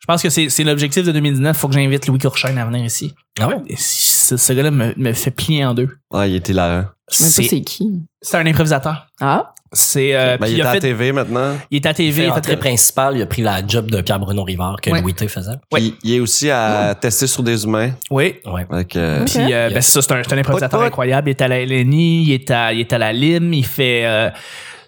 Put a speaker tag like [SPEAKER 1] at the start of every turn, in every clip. [SPEAKER 1] Je pense que c'est c'est l'objectif de 2019. Faut que j'invite Louis Courchaine à venir ici.
[SPEAKER 2] Ah ouais?
[SPEAKER 1] Et si- Ce, ce gars-là me, me fait plier en deux.
[SPEAKER 2] Ouais, Ah, il était là. hein.
[SPEAKER 3] Je sais même pas
[SPEAKER 1] C'est
[SPEAKER 3] c'est qui.
[SPEAKER 1] c'est un improvisateur.
[SPEAKER 3] Ah,
[SPEAKER 1] C'est euh,
[SPEAKER 2] Ben,
[SPEAKER 1] puis
[SPEAKER 2] il
[SPEAKER 1] il,
[SPEAKER 2] était
[SPEAKER 1] a
[SPEAKER 2] à
[SPEAKER 1] fait-
[SPEAKER 2] la TV maintenant.
[SPEAKER 1] il est à
[SPEAKER 4] Il
[SPEAKER 1] TV.
[SPEAKER 4] fait
[SPEAKER 1] il a fait-
[SPEAKER 4] entrée principale, il a pris la job de Pierre Bruno Rivard que
[SPEAKER 1] Ouais.
[SPEAKER 4] Louis T faisait.
[SPEAKER 1] Ouais.
[SPEAKER 2] Puis Il, est aussi à tester sur des humains.
[SPEAKER 1] Oui.
[SPEAKER 4] Ouais.
[SPEAKER 2] Avec, euh,
[SPEAKER 3] Ok.
[SPEAKER 1] Puis euh,
[SPEAKER 4] Yes.
[SPEAKER 1] ben, c'est ça, c'est un, c'est un improvisateur
[SPEAKER 2] Pas de-
[SPEAKER 1] incroyable. Il est à la LNI, il est à, il est à la Lime, il fait. euh,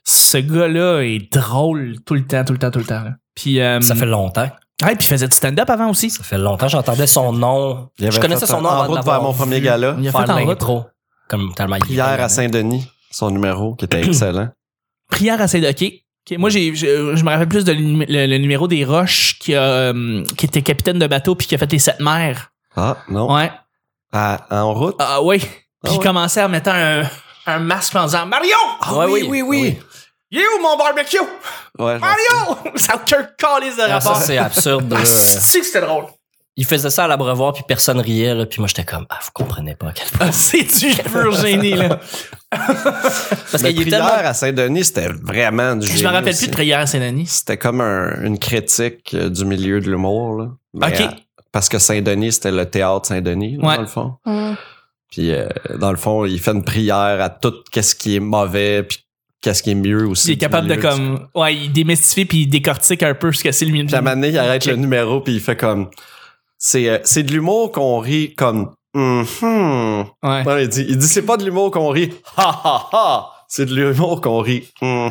[SPEAKER 1] ce gars-là est drôle tout le temps, tout le temps, tout le temps. là. Puis, euh,
[SPEAKER 4] Ça fait longtemps.
[SPEAKER 1] ouais, puis il faisait du stand-up avant aussi.
[SPEAKER 4] Ça fait longtemps. J'entendais son nom.
[SPEAKER 2] il avait
[SPEAKER 4] Je connaissais
[SPEAKER 2] fait
[SPEAKER 4] son nom
[SPEAKER 2] En
[SPEAKER 4] avant de
[SPEAKER 2] route vers
[SPEAKER 4] l'avoir
[SPEAKER 2] mon premier
[SPEAKER 4] vu.
[SPEAKER 2] gala.
[SPEAKER 1] Il a
[SPEAKER 4] Faire
[SPEAKER 1] fait en route.
[SPEAKER 4] l'intro. Comme tellement il est
[SPEAKER 2] Prière à
[SPEAKER 4] malin.
[SPEAKER 2] Saint-Denis, son numéro qui était excellent.
[SPEAKER 1] Prière à saint ok Moi, j'ai, je, je me rappelle plus de l'num- le, le numéro des Roches qui, a, euh, qui était capitaine de bateau puis qui a fait les sept mers.
[SPEAKER 2] Ah, non.
[SPEAKER 1] Ouais.
[SPEAKER 2] À- en route.
[SPEAKER 1] Ah oui.
[SPEAKER 2] Ah
[SPEAKER 1] Puis il
[SPEAKER 2] ouais.
[SPEAKER 1] commençait en mettant un, un masque en disant Mario!
[SPEAKER 4] Ah oui, oui, oui.
[SPEAKER 1] Il est où mon barbecue? Ah.
[SPEAKER 2] Ouais, je-
[SPEAKER 1] Mario! Ça a aucun calice de
[SPEAKER 4] Ah, ça,
[SPEAKER 1] rapport.
[SPEAKER 4] c'est absurde. là.
[SPEAKER 1] Ah, c'est que c'était drôle.
[SPEAKER 4] Il faisait ça à l'abreuvoir, puis personne riait. là. Puis moi, j'étais comme, ah, vous comprenez pas à quel point.
[SPEAKER 1] Ah, c'est du pur génie, là.
[SPEAKER 4] Parce
[SPEAKER 2] Mais
[SPEAKER 4] qu'il est
[SPEAKER 2] Prière
[SPEAKER 4] tellement.
[SPEAKER 2] à Saint-Denis, c'était vraiment du
[SPEAKER 1] Je
[SPEAKER 2] génie
[SPEAKER 1] me rappelle
[SPEAKER 2] aussi.
[SPEAKER 1] plus de Prière à Saint-Denis.
[SPEAKER 2] C'était comme un- une critique euh, du milieu de l'humour. là. Mais,
[SPEAKER 1] Ok.
[SPEAKER 2] euh, parce que Saint-Denis, c'était le théâtre Saint-Denis, là,
[SPEAKER 1] Ouais.
[SPEAKER 2] dans le fond.
[SPEAKER 3] ouais.
[SPEAKER 2] Puis, euh, dans le fond, il fait une prière à tout qu'est-ce qui est mauvais, puis qu'est-ce qui est mieux aussi.
[SPEAKER 1] Il est
[SPEAKER 2] du
[SPEAKER 1] capable de
[SPEAKER 2] milieu du-
[SPEAKER 1] comme. Ouais, il démystifie puis il décortique un peu ce que c'est le milieu
[SPEAKER 2] Puis à un moment donné, il arrête
[SPEAKER 1] Ok.
[SPEAKER 2] le numéro, puis il fait comme... C'est euh, c'est de l'humour qu'on rit comme... Mhm.
[SPEAKER 1] Ouais.
[SPEAKER 2] Non, il dit, il dit c'est pas de l'humour qu'on rit. Ha ha ha. C'est de l'humour qu'on rit. Mhm.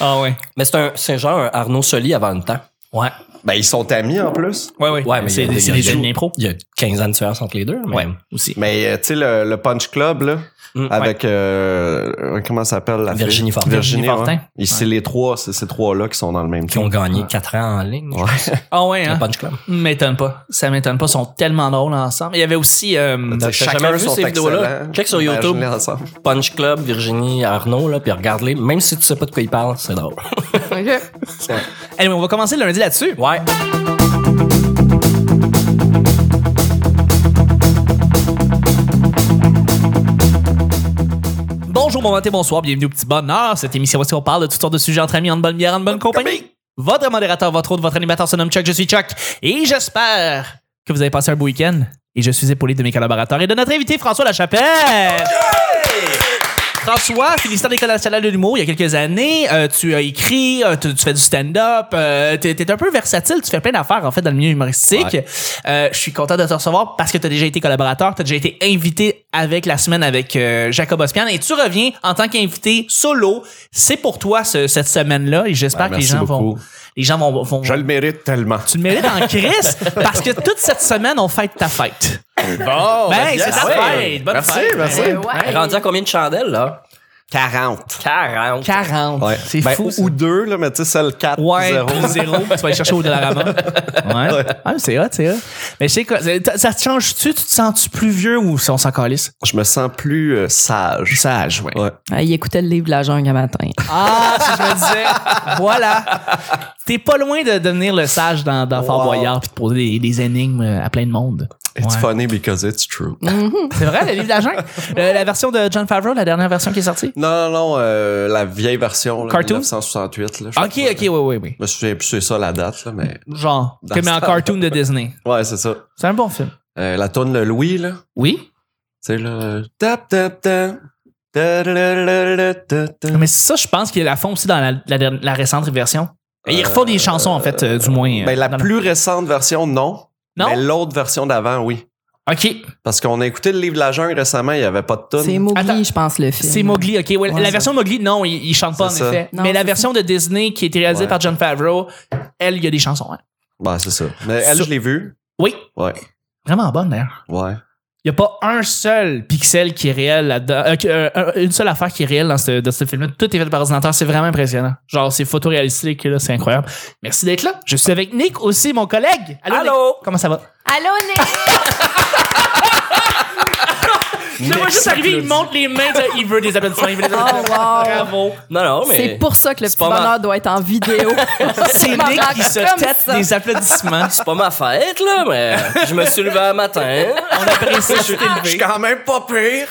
[SPEAKER 1] Ah ouais.
[SPEAKER 4] Mais c'est un, c'est genre un Arnaud Soli avant le temps.
[SPEAKER 1] Ouais.
[SPEAKER 2] ben, ils sont amis en plus.
[SPEAKER 1] Ouais, ouais.
[SPEAKER 4] Ouais, mais
[SPEAKER 1] c'est
[SPEAKER 4] il y a-
[SPEAKER 1] c'est
[SPEAKER 4] il y a-
[SPEAKER 1] des jeunes d'impro.
[SPEAKER 4] Il y a 15 ans de différence entre les deux. mais-
[SPEAKER 1] Ouais, aussi.
[SPEAKER 2] Mais euh, tu sais, le, le Punch Club, là,
[SPEAKER 4] Mm,
[SPEAKER 2] avec euh, comment ça s'appelle la fille?
[SPEAKER 4] Virginie Fortin.
[SPEAKER 2] Virginie,
[SPEAKER 1] Virginie Fortin.
[SPEAKER 2] ouais. Et C'est les trois, c'est ces trois-là qui sont dans le même
[SPEAKER 4] Qui
[SPEAKER 2] team.
[SPEAKER 4] ont gagné 4 ans en ligne. je
[SPEAKER 2] Ouais.
[SPEAKER 4] pense,
[SPEAKER 1] Ah ouais,
[SPEAKER 4] Le
[SPEAKER 1] hein.
[SPEAKER 4] Punch Club.
[SPEAKER 1] M'étonne pas. Ça m'étonne pas. Ils sont tellement drôles ensemble. Il y avait aussi. euh,
[SPEAKER 2] T'as
[SPEAKER 4] Chacun vu
[SPEAKER 2] jamais son
[SPEAKER 4] ces
[SPEAKER 1] hein?
[SPEAKER 4] vidéos-là?
[SPEAKER 2] excellent.
[SPEAKER 4] Check sur
[SPEAKER 2] Imaginez
[SPEAKER 4] YouTube.
[SPEAKER 2] ensemble.
[SPEAKER 4] Punch Club, Virginie, Arnaud, là, puis regarde-les. Même si tu sais pas de quoi ils parlent, c'est drôle.
[SPEAKER 3] Ok.
[SPEAKER 1] anyway, on va commencer lundi là-dessus.
[SPEAKER 4] Ouais.
[SPEAKER 1] Bonjour, bon matin, bonsoir. Bienvenue au petit bonheur. Cette émission, où on parle de toutes sortes de sujets entre amis, en bonne bière, en bonne compagnie. Votre modérateur, votre autre, votre animateur se nomme Chuck. Je suis Chuck. Et j'espère que vous avez passé un beau week-end. Et je suis épaulé de mes collaborateurs et de notre invité, François Lachapelle. François, finissant l'École nationale de l'humour il y a quelques années, euh, tu as écrit, euh, tu, tu fais du stand-up, euh, t'es t'es un peu versatile, tu fais plein d'affaires en fait dans le milieu humoristique. Euh, je suis content de te recevoir parce que tu as déjà été collaborateur, tu as déjà été invité avec la semaine avec euh, Jacob Ospian et tu reviens en tant qu'invité solo. C'est pour toi ce- cette semaine-là et j'espère
[SPEAKER 2] Ah,
[SPEAKER 1] que les
[SPEAKER 2] merci
[SPEAKER 1] gens vont,
[SPEAKER 2] beaucoup.
[SPEAKER 1] les gens vont, vont-
[SPEAKER 2] Je le mérite tellement.
[SPEAKER 1] tu le mérites en crise parce que toute cette semaine on fête ta fête.
[SPEAKER 2] Bon,
[SPEAKER 1] ben, c'est ta fête, bonne
[SPEAKER 2] merci,
[SPEAKER 1] fête.
[SPEAKER 2] merci.
[SPEAKER 3] Ouais, ouais.
[SPEAKER 4] Rendu à combien de chandelles, là?
[SPEAKER 2] 40.
[SPEAKER 4] 40.
[SPEAKER 1] 40.
[SPEAKER 2] Ouais.
[SPEAKER 1] C'est
[SPEAKER 2] Ben,
[SPEAKER 1] fou. ça.
[SPEAKER 2] Ou deux, là, mais tu sais, celle 4,
[SPEAKER 1] Ouais,
[SPEAKER 2] 0.
[SPEAKER 1] plus zéro, puis tu vas aller chercher au Dollarama. Ouais. Ah, mais c'est hot, c'est hot. Mais je sais quoi, c'est- t- ça te change-tu? Tu te sens-tu plus vieux ou si on s'en calisse?
[SPEAKER 2] Je me sens plus euh, sage.
[SPEAKER 1] Sage, ouais.
[SPEAKER 2] Ouais.
[SPEAKER 3] Ah, il écoutait le livre de la jungle un matin.
[SPEAKER 1] Ah, si je me disais, voilà. T'es pas loin de devenir le sage dans, dans Fort
[SPEAKER 2] Wow.
[SPEAKER 1] Boyard puis de poser des, des énigmes euh, à plein de monde. Ouais.
[SPEAKER 2] It's
[SPEAKER 1] Mm.
[SPEAKER 2] funny because it's true.
[SPEAKER 1] C'est vrai, le livre de la jungle? Euh, la version de John Favreau, la dernière version qui est sortie?
[SPEAKER 2] Non, non, non, euh, la vieille version, là,
[SPEAKER 1] Cartoon?
[SPEAKER 2] 1968. Là, je
[SPEAKER 1] Ok,
[SPEAKER 2] sais
[SPEAKER 1] ok, oui, oui, oui.
[SPEAKER 2] Je me souviens plus c'est ça la date, là, mais.
[SPEAKER 1] Genre,
[SPEAKER 2] Dans
[SPEAKER 1] comme en
[SPEAKER 2] Star-
[SPEAKER 1] cartoon de Disney.
[SPEAKER 2] Ouais, c'est ça.
[SPEAKER 1] C'est un bon film.
[SPEAKER 2] Euh, la tourne Le Louis, là.
[SPEAKER 1] Oui?
[SPEAKER 2] Tu sais, là. euh, Tap, tap, tap. Ta, da, da, da, da, da, da.
[SPEAKER 1] Mais ça, je pense qu'ils la font aussi dans la, la dernière- la récente version. Mais ils refont des chansons, en fait, euh, du moins. euh,
[SPEAKER 2] Ben, la
[SPEAKER 1] dans le-
[SPEAKER 2] plus ben, récente version, non.
[SPEAKER 1] Non?
[SPEAKER 2] Mais l'autre version d'avant, oui.
[SPEAKER 1] OK.
[SPEAKER 2] Parce qu'on a écouté le livre de la jungle récemment, il n'y avait pas de tourne.
[SPEAKER 3] C'est
[SPEAKER 1] Attends.
[SPEAKER 3] Mowgli, je pense, le film.
[SPEAKER 1] C'est Mowgli, OK. ouais,
[SPEAKER 3] Ouais,
[SPEAKER 1] la
[SPEAKER 3] ça.
[SPEAKER 1] version de Mowgli, non, il, il chante pas, en
[SPEAKER 2] C'est ça.
[SPEAKER 1] effet.
[SPEAKER 3] Non,
[SPEAKER 1] mais la
[SPEAKER 3] c'est
[SPEAKER 1] version de Disney qui a été réalisée
[SPEAKER 2] Ouais.
[SPEAKER 1] par John Favreau, elle, il y a des chansons. hein.
[SPEAKER 2] Ben, c'est ça. Mais elle,
[SPEAKER 1] Sur-
[SPEAKER 2] je l'ai vue.
[SPEAKER 1] Oui.
[SPEAKER 2] Ouais.
[SPEAKER 1] Vraiment bonne, d'ailleurs.
[SPEAKER 2] Ouais.
[SPEAKER 1] Il n'y a pas un seul pixel qui est réel là-dedans. euh, que- euh, une seule affaire qui est réelle dans ce, dans ce film-là. Tout est fait par ordinateur. C'est vraiment impressionnant. Genre, c'est photoréalistique, là, c'est incroyable. Merci d'être là. Je suis avec Nick aussi, mon collègue. Allô,
[SPEAKER 4] Allô?
[SPEAKER 1] Nick. Comment ça va?
[SPEAKER 3] Allô, Nick!
[SPEAKER 1] Ah Je vois juste arriver, il monte les mains, là, il veut des applaudissements, il veut des applaudissements.
[SPEAKER 3] Oh, wow.
[SPEAKER 1] Bravo.
[SPEAKER 4] Non, non, mais.
[SPEAKER 3] C'est pour ça que le petit
[SPEAKER 4] pas mal.
[SPEAKER 3] bonheur doit être en vidéo.
[SPEAKER 1] C'est Nick qui se tête des applaudissements.
[SPEAKER 4] C'est pas ma fête, là, mais je me suis levé un matin.
[SPEAKER 1] On apprécie, Ah, je suis
[SPEAKER 2] Je suis
[SPEAKER 1] élevé.
[SPEAKER 2] quand même pas pire.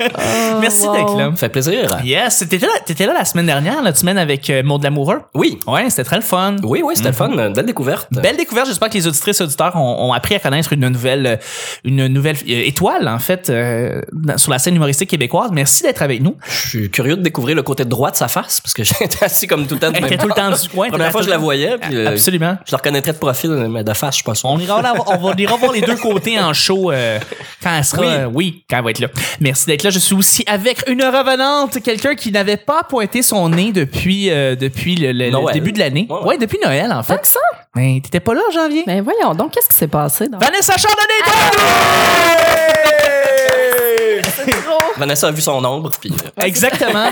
[SPEAKER 3] Oh,
[SPEAKER 1] Merci
[SPEAKER 3] wow.
[SPEAKER 1] d'être là.
[SPEAKER 4] Ça me fait plaisir.
[SPEAKER 1] Yes, t'étais là, t'étais là la semaine dernière, la semaine avec euh, Maud Lamoureux.
[SPEAKER 4] Oui.
[SPEAKER 1] Ouais, c'était très le fun.
[SPEAKER 4] Oui, oui, c'était le fun. euh, Belle découverte.
[SPEAKER 1] Belle découverte. J'espère que les auditrices et auditeurs ont, ont appris à connaître une nouvelle, euh, une nouvelle euh, étoile, en fait, euh, dans- sur la scène humoristique québécoise. Merci d'être avec nous.
[SPEAKER 4] Je suis curieux de découvrir le côté droit de sa face parce que j'étais assis comme tout le temps. de
[SPEAKER 1] Elle
[SPEAKER 4] même
[SPEAKER 1] était tout le temps du coin.
[SPEAKER 4] La Ben, première fois, je la voyais. Puis, euh,
[SPEAKER 1] Absolument.
[SPEAKER 4] Je la reconnaîtrais de profil, mais de face, je suis pas sûr.
[SPEAKER 1] On ira, la- on va ira voir les deux côtés en show euh, quand elle sera.
[SPEAKER 4] Oui.
[SPEAKER 1] euh, oui, quand elle va être là. Merci d'être là. Je suis aussi avec une revenante, quelqu'un qui n'avait pas pointé son nez depuis, euh, depuis le, le- le
[SPEAKER 4] Noël.
[SPEAKER 1] début de l'année.
[SPEAKER 4] Ouais,
[SPEAKER 1] Ouais,
[SPEAKER 4] ouais.
[SPEAKER 1] depuis Noël, en fait.
[SPEAKER 3] Tant que ça.
[SPEAKER 1] Mais t'étais pas là en janvier?
[SPEAKER 3] Ben voyons donc, qu'est-ce qui s'est passé? Dans...
[SPEAKER 1] Vanessa Chardonnay!
[SPEAKER 4] Vanessa a vu son ombre, puis euh,
[SPEAKER 1] Exactement.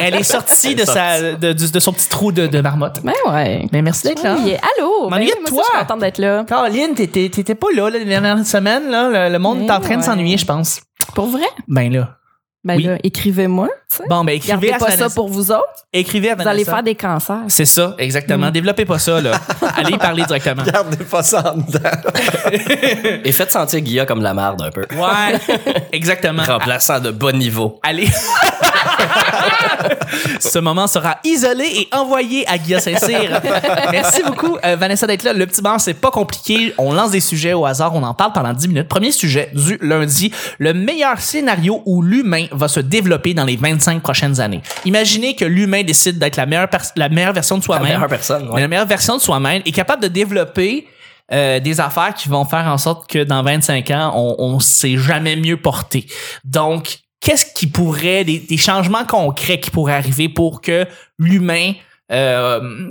[SPEAKER 1] Elle est sortie de, sa, de, du- de son petit trou de, de marmotte.
[SPEAKER 3] Ben ouais.
[SPEAKER 1] Mais merci d'être là.
[SPEAKER 3] Oui, allô. Ben,
[SPEAKER 1] M'ennuyais
[SPEAKER 3] moi
[SPEAKER 1] de
[SPEAKER 3] aussi,
[SPEAKER 1] toi.
[SPEAKER 3] Je suis contente d'être là.
[SPEAKER 1] Caroline, t'étais t'étais pas là, là, les dernières semaines. Là. Le, le monde
[SPEAKER 3] Mais
[SPEAKER 1] est en train de
[SPEAKER 3] ouais.
[SPEAKER 1] s'ennuyer, je pense.
[SPEAKER 3] Pour vrai?
[SPEAKER 1] Ben là.
[SPEAKER 3] Ben
[SPEAKER 1] Oui.
[SPEAKER 3] là, écrivez-moi. tu sais.
[SPEAKER 1] Bon, ben écrivez
[SPEAKER 3] Gardez
[SPEAKER 1] à
[SPEAKER 3] pas ça
[SPEAKER 1] Vanessa.
[SPEAKER 3] pour vous autres.
[SPEAKER 1] Écrivez à
[SPEAKER 3] Vous allez
[SPEAKER 1] Vanessa.
[SPEAKER 3] faire des Mm. cancers.
[SPEAKER 1] C'est ça, exactement. Développez pas ça, là. Allez y parler directement.
[SPEAKER 2] Gardez pas ça en dedans.
[SPEAKER 4] et faites sentir Guilla comme la marde un peu.
[SPEAKER 1] Ouais, exactement.
[SPEAKER 4] Remplaçant de bon niveau.
[SPEAKER 1] Allez. Ce moment sera isolé et envoyé à Guilla Saint-Cyr. Merci beaucoup, euh, Vanessa, d'être là. Le petit bar, c'est pas compliqué. On lance des sujets au hasard. On en parle pendant 10 minutes. Premier sujet du lundi. Le meilleur scénario où l'humain va se développer dans les 25 prochaines années. Imaginez que l'humain décide d'être la meilleure, pers- la meilleure version de
[SPEAKER 4] La
[SPEAKER 1] soi-même.
[SPEAKER 4] meilleure personne.
[SPEAKER 1] Mais
[SPEAKER 4] ouais.
[SPEAKER 1] la meilleure version de soi-même est capable de développer euh, des affaires qui vont faire en sorte que dans 25 ans, on, on s'est jamais mieux porté. Donc, qu'est-ce qui pourrait, des, des changements concrets qui pourraient arriver pour que l'humain euh,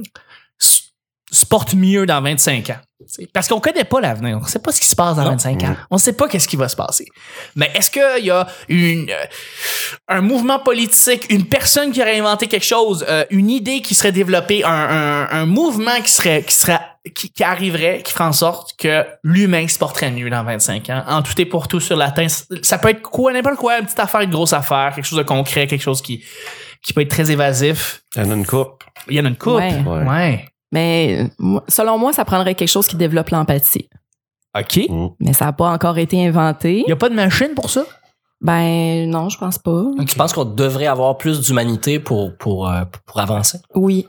[SPEAKER 1] s- se porte mieux dans 25 ans? T'sais, Parce qu'on connaît pas l'avenir, on sait pas ce qui se passe dans
[SPEAKER 4] Non. Mm.
[SPEAKER 1] 25 ans, on sait pas qu'est-ce qui va se passer. Mais est-ce qu'il y a une, euh, un mouvement politique, une personne qui aurait inventé quelque chose, euh, une idée qui serait développée, un, un- un mouvement qui serait qui serait qui, qui arriverait, qui ferait en sorte que l'humain se porterait mieux dans 25 ans, en tout et pour tout sur la teinte. Ça peut être quoi, n'importe quoi, une petite affaire, une grosse affaire, quelque chose de concret, quelque chose qui qui peut être très évasif.
[SPEAKER 2] Il y en a une coupe.
[SPEAKER 1] Il y en a une coupe.
[SPEAKER 3] Ouais.
[SPEAKER 2] Ouais.
[SPEAKER 3] Mais euh, moi- selon moi, ça prendrait quelque chose qui développe l'empathie.
[SPEAKER 1] OK. Il
[SPEAKER 3] Mais ça n'a pas encore été inventé.
[SPEAKER 1] n'y a pas de machine pour ça?
[SPEAKER 3] Ben non, je pense pas.
[SPEAKER 4] Tu penses qu'on devrait avoir plus d'humanité pour, pour, euh, pour avancer?
[SPEAKER 3] Oui.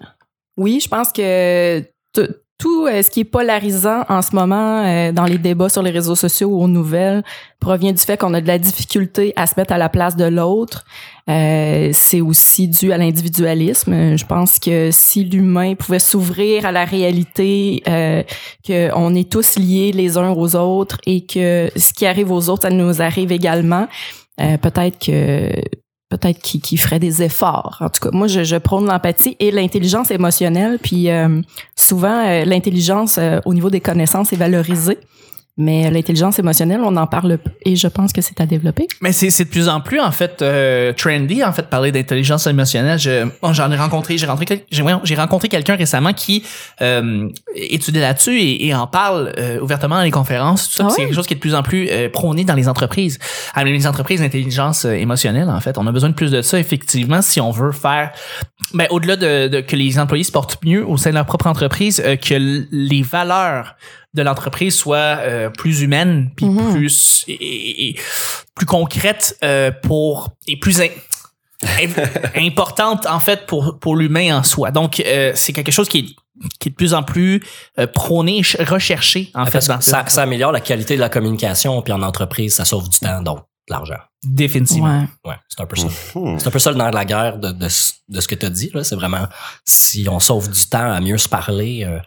[SPEAKER 3] Oui, je pense que t- tout euh, ce qui est polarisant en ce moment euh, dans les débats sur les réseaux sociaux ou aux nouvelles provient du fait qu'on a de la difficulté à se mettre à la place de l'autre. Euh, c'est aussi dû à l'individualisme. Euh, Je pense que si l'humain pouvait s'ouvrir à la réalité euh, qu'on est tous liés les uns aux autres et que ce qui arrive aux autres, ça nous arrive également, euh, peut-être que peut-être qui, qui ferait des efforts. En tout cas, moi, je, je prône l'empathie et l'intelligence émotionnelle. Puis euh, souvent, euh, l'intelligence euh, au niveau des connaissances est valorisée, mais l'intelligence émotionnelle, on en parle peu et je pense que c'est à développer.
[SPEAKER 1] Mais c'est c'est de plus en plus en fait euh, trendy en fait de parler d'intelligence émotionnelle. Je- bon, j'en ai rencontré, j'ai rencontré, quel- j'ai voyons, j'ai rencontré quelqu'un récemment qui euh, étudie là-dessus et, et en parle euh, ouvertement dans les conférences. Tout ça,
[SPEAKER 3] Ah
[SPEAKER 1] Puis c'est
[SPEAKER 3] ouais?
[SPEAKER 1] quelque chose qui est de plus en plus euh, prôné dans les entreprises. Ah, mais les entreprises, l'intelligence euh, émotionnelle en fait, on a besoin de plus de ça effectivement si on veut faire. Ben, au-delà de, de- que les employés se portent mieux au sein de leur propre entreprise, euh, que l- les valeurs de l'entreprise soient euh, plus humaines puis
[SPEAKER 4] Mm-hmm.
[SPEAKER 3] Mhm.
[SPEAKER 1] plus et- et- et- plus concrète euh, pour et plus in- im- importante en fait pour pour l'humain en soi. Donc euh, c'est quelque chose qui est qui est de plus en plus euh, prôné, ch- recherché en fait
[SPEAKER 4] Ah, Parce que
[SPEAKER 1] dans
[SPEAKER 4] ça, ça améliore la qualité de la communication, puis en entreprise, ça sauve du temps, donc de l'argent.
[SPEAKER 1] définitivement.
[SPEAKER 3] Ouais.
[SPEAKER 4] Ouais, c'est un peu ça.
[SPEAKER 2] Mhm.
[SPEAKER 4] C'est un peu ça le nerf de la guerre de, de, ce- de ce que tu as dit. là. C'est vraiment si on sauve du temps à mieux se parler, euh,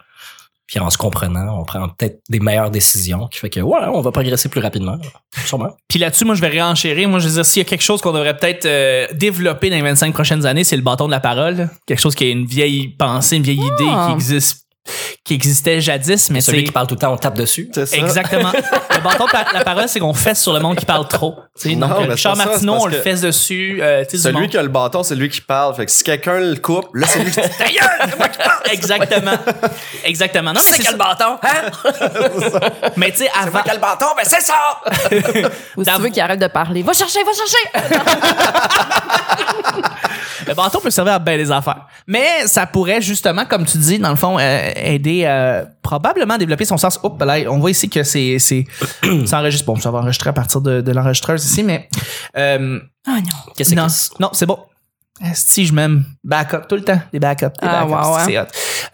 [SPEAKER 4] puis en se comprenant, on prend peut-être des meilleures décisions qui fait que ouais, on va progresser plus rapidement. Sûrement.
[SPEAKER 1] Puis là-dessus, moi, je vais réenchérir. Moi, je veux dire, s'il y a quelque chose qu'on devrait peut-être euh, développer dans les 25 prochaines années, c'est le bâton de la parole. là. Quelque chose qui est une vieille pensée, une vieille idée qui existe, qui existait jadis, mais
[SPEAKER 4] Celui
[SPEAKER 1] c'est...
[SPEAKER 4] qui parle tout le temps, on tape dessus.
[SPEAKER 2] C'est ça.
[SPEAKER 1] Exactement. le bâton de la- la parole, c'est qu'on fesse sur le monde qui parle trop. Tu sais,
[SPEAKER 2] Non,
[SPEAKER 1] donc,
[SPEAKER 2] mais c'est
[SPEAKER 1] Richard
[SPEAKER 2] pas ça, c'est
[SPEAKER 1] Martineau,
[SPEAKER 2] parce
[SPEAKER 1] on le
[SPEAKER 2] que-
[SPEAKER 1] fesse dessus. euh, tu sais, du
[SPEAKER 2] Celui
[SPEAKER 1] monde.
[SPEAKER 2] qui a le bâton, c'est lui qui parle. Fait que si quelqu'un le coupe, là, c'est lui qui dit
[SPEAKER 1] Exactement. Exactement. Non, mais c'est ça.
[SPEAKER 4] bâton? Hein?
[SPEAKER 1] Mais tu sais, avant.
[SPEAKER 2] quel bâton, ben c'est ça!
[SPEAKER 3] Ou si tu
[SPEAKER 1] D'avo-
[SPEAKER 3] veux qu'il arrête de parler, va chercher, va chercher!
[SPEAKER 1] Le bâton peut servir à bien des affaires. Mais ça pourrait justement, comme tu dis, dans le fond, euh, aider allé euh, probablement développer son sens. Oups, là, on voit ici que c'est. c'est ça enregistre. Bon, ça va enregistrer à partir de, de l'enregistreuse ici, mais. euh,
[SPEAKER 3] Ah non.
[SPEAKER 4] Qu'est-ce que
[SPEAKER 1] non,
[SPEAKER 4] c'est?
[SPEAKER 1] non, c'est bon. Si je m'aime, backup tout le temps, des backups, des
[SPEAKER 3] Ah,
[SPEAKER 1] backups,
[SPEAKER 3] ouais,
[SPEAKER 1] c'est hot.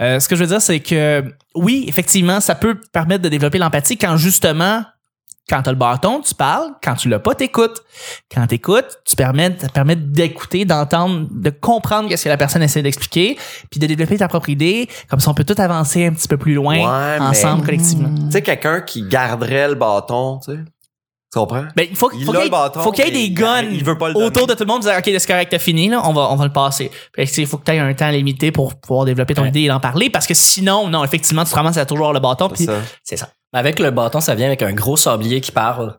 [SPEAKER 1] Euh, ce que je veux dire, c'est que oui, effectivement, ça peut permettre de développer l'empathie quand justement, quand t'as le bâton, tu parles, quand tu l'as pas, t'écoutes. Quand t'écoutes, tu permets, ça permet d'écouter, d'entendre, de comprendre ce que la personne essaie d'expliquer, puis de développer ta propre idée. Comme ça, on peut tout avancer un petit peu plus loin
[SPEAKER 2] Ouais, mais-
[SPEAKER 1] ensemble collectivement.
[SPEAKER 2] Tu sais, quelqu'un qui garderait le bâton, tu sais. Tu comprends?
[SPEAKER 1] Ben, il faut,
[SPEAKER 2] Il
[SPEAKER 1] faut
[SPEAKER 2] a
[SPEAKER 1] qu'il y
[SPEAKER 2] le
[SPEAKER 1] ait,
[SPEAKER 2] bâton,
[SPEAKER 1] faut qu'il y ait
[SPEAKER 2] mais
[SPEAKER 1] des guns
[SPEAKER 2] il veut pas le
[SPEAKER 1] autour
[SPEAKER 2] donner.
[SPEAKER 1] de tout le monde disant OK, c'est correct, t'as fini, là, on va, on va le passer. Fait que, tu sais, il faut que tu aies un temps limité pour pouvoir développer ton
[SPEAKER 4] Ouais.
[SPEAKER 1] idée et en parler parce que sinon, non, effectivement, tu te ramasses à toujours avoir le bâton.
[SPEAKER 2] C'est
[SPEAKER 1] Puis,
[SPEAKER 2] ça.
[SPEAKER 1] c'est ça.
[SPEAKER 4] Mais Avec le bâton, ça vient avec un gros sablier qui parle.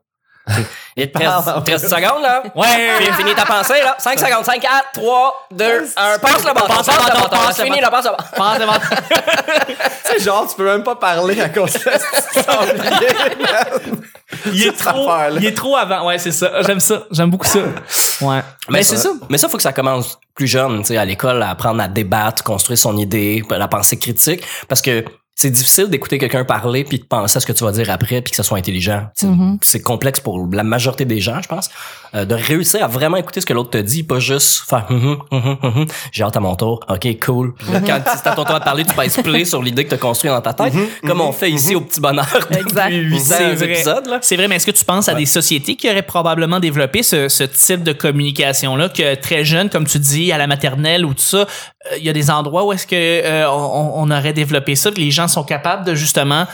[SPEAKER 4] Il te reste 13 secondes, là.
[SPEAKER 1] Ouais,
[SPEAKER 4] Puis finis ta pensée, là. 5 secondes. 5, 4, 3, 2, 1. Passe le bâton. Passe le bâton.
[SPEAKER 1] passe
[SPEAKER 4] C'est
[SPEAKER 1] le
[SPEAKER 4] fini,
[SPEAKER 1] bâton.
[SPEAKER 4] là. Passe le bâton.
[SPEAKER 1] pense devant
[SPEAKER 2] Tu sais, genre, tu peux même pas parler à cause de ça.
[SPEAKER 1] il est
[SPEAKER 2] Cette
[SPEAKER 1] trop,
[SPEAKER 2] affaire-là.
[SPEAKER 1] il est trop avant. Ouais, c'est ça. J'aime ça. J'aime beaucoup ça. Ouais. Mais c'est ça.
[SPEAKER 4] Mais ça, faut que ça commence plus jeune, tu sais, à l'école, à apprendre à débattre, construire son idée, la pensée critique, parce que c'est difficile d'écouter quelqu'un parler puis de penser à ce que tu vas dire après puis que ça soit intelligent. C'est-
[SPEAKER 3] Mhm.
[SPEAKER 4] C'est complexe pour la majorité des gens, je pense, euh, de réussir à vraiment écouter ce que l'autre te dit, pas juste faire hum, hum, hum, hum, hum, j'ai hâte à mon tour, ok cool. Puis là, quand c'est à ton tour de parler, tu passes play sur l'idée que tu as construite dans ta tête, comme on fait ici au petit bonheur
[SPEAKER 3] Exact.
[SPEAKER 4] depuis 800
[SPEAKER 1] C'est vrai.
[SPEAKER 4] épisodes là.
[SPEAKER 1] C'est vrai, mais est-ce que tu penses à des sociétés qui auraient probablement développé ce, ce type de communication-là, que très jeune, comme tu dis, à la maternelle ou tout ça, euh, il y a des endroits où est-ce que euh, on, on aurait développé ça, que les gens sont capables de justement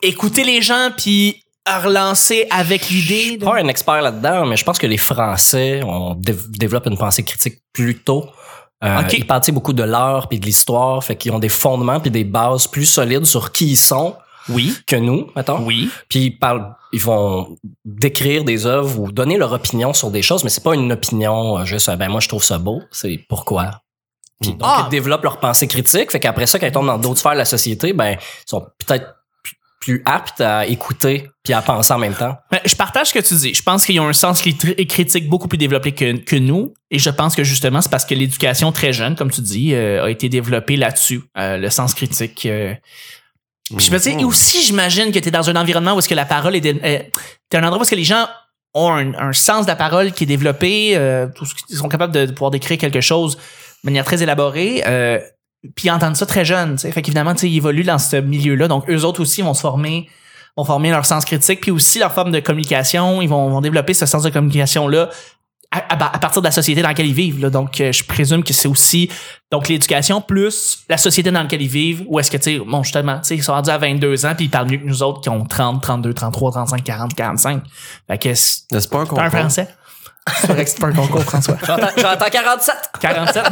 [SPEAKER 1] écouter les gens puis à relancer avec l'idée. de-
[SPEAKER 4] suis pas un expert là-dedans, mais je pense que les Français on dév- développe une pensée critique plus tôt. Euh,
[SPEAKER 1] Ok.
[SPEAKER 4] Ils partent beaucoup de l'art puis de l'histoire, fait qu'ils ont des fondements puis des bases plus solides sur qui ils sont
[SPEAKER 1] Oui,
[SPEAKER 4] que nous, mettons.
[SPEAKER 1] oui.
[SPEAKER 4] Puis ils parlent, ils vont décrire des œuvres ou donner leur opinion sur des choses, mais c'est pas une opinion euh, juste euh, ben moi je trouve ça beau, c'est pourquoi. Puis donc
[SPEAKER 1] Ah!
[SPEAKER 4] ils développent leur pensée critique, fait qu'après ça quand ils tombent dans d'autres sphères de la société, ben ils sont peut-être plus- plus aptes à écouter puis à penser en même temps.
[SPEAKER 1] Ben, je partage ce que tu dis. Je pense qu'ils ont un sens cri- critique beaucoup plus développé que, que nous. Et je pense que justement, c'est parce que l'éducation très jeune, comme tu dis, euh, a été développée là-dessus, euh, le sens critique. euh. Puis je me
[SPEAKER 2] Mhm.
[SPEAKER 1] dis, et aussi, j'imagine que tu es dans un environnement où est-ce que la parole est... dé- euh, t'es un endroit où est-ce que les gens ont un, un sens de la parole qui est développé, euh, tout ce qu'ils sont capables de, de pouvoir décrire quelque chose de manière très élaborée. euh, puis ils entendent ça très jeune, tu sais. Fait qu'évidemment, tu sais, ils évoluent dans ce milieu-là. Donc, eux autres aussi vont se former, vont former leur sens critique, puis aussi leur forme de communication. Ils vont, vont développer ce sens de communication-là à, à- à partir de la société dans laquelle ils vivent. là. Donc, euh, je présume que c'est aussi donc l'éducation plus la société dans laquelle ils vivent. Ou est-ce que, tu sais, bon, justement, tu sais, ils sont rendus à 22 ans, puis ils parlent mieux que nous autres qui ont 30, 32, 33, 35, 40, 45. Fait que c'est
[SPEAKER 2] C'est pas un
[SPEAKER 1] t'as
[SPEAKER 2] concours.
[SPEAKER 1] un français. C'est vrai que c'est pas un concours, François.
[SPEAKER 4] J'entends- J'entends 47.
[SPEAKER 1] 47.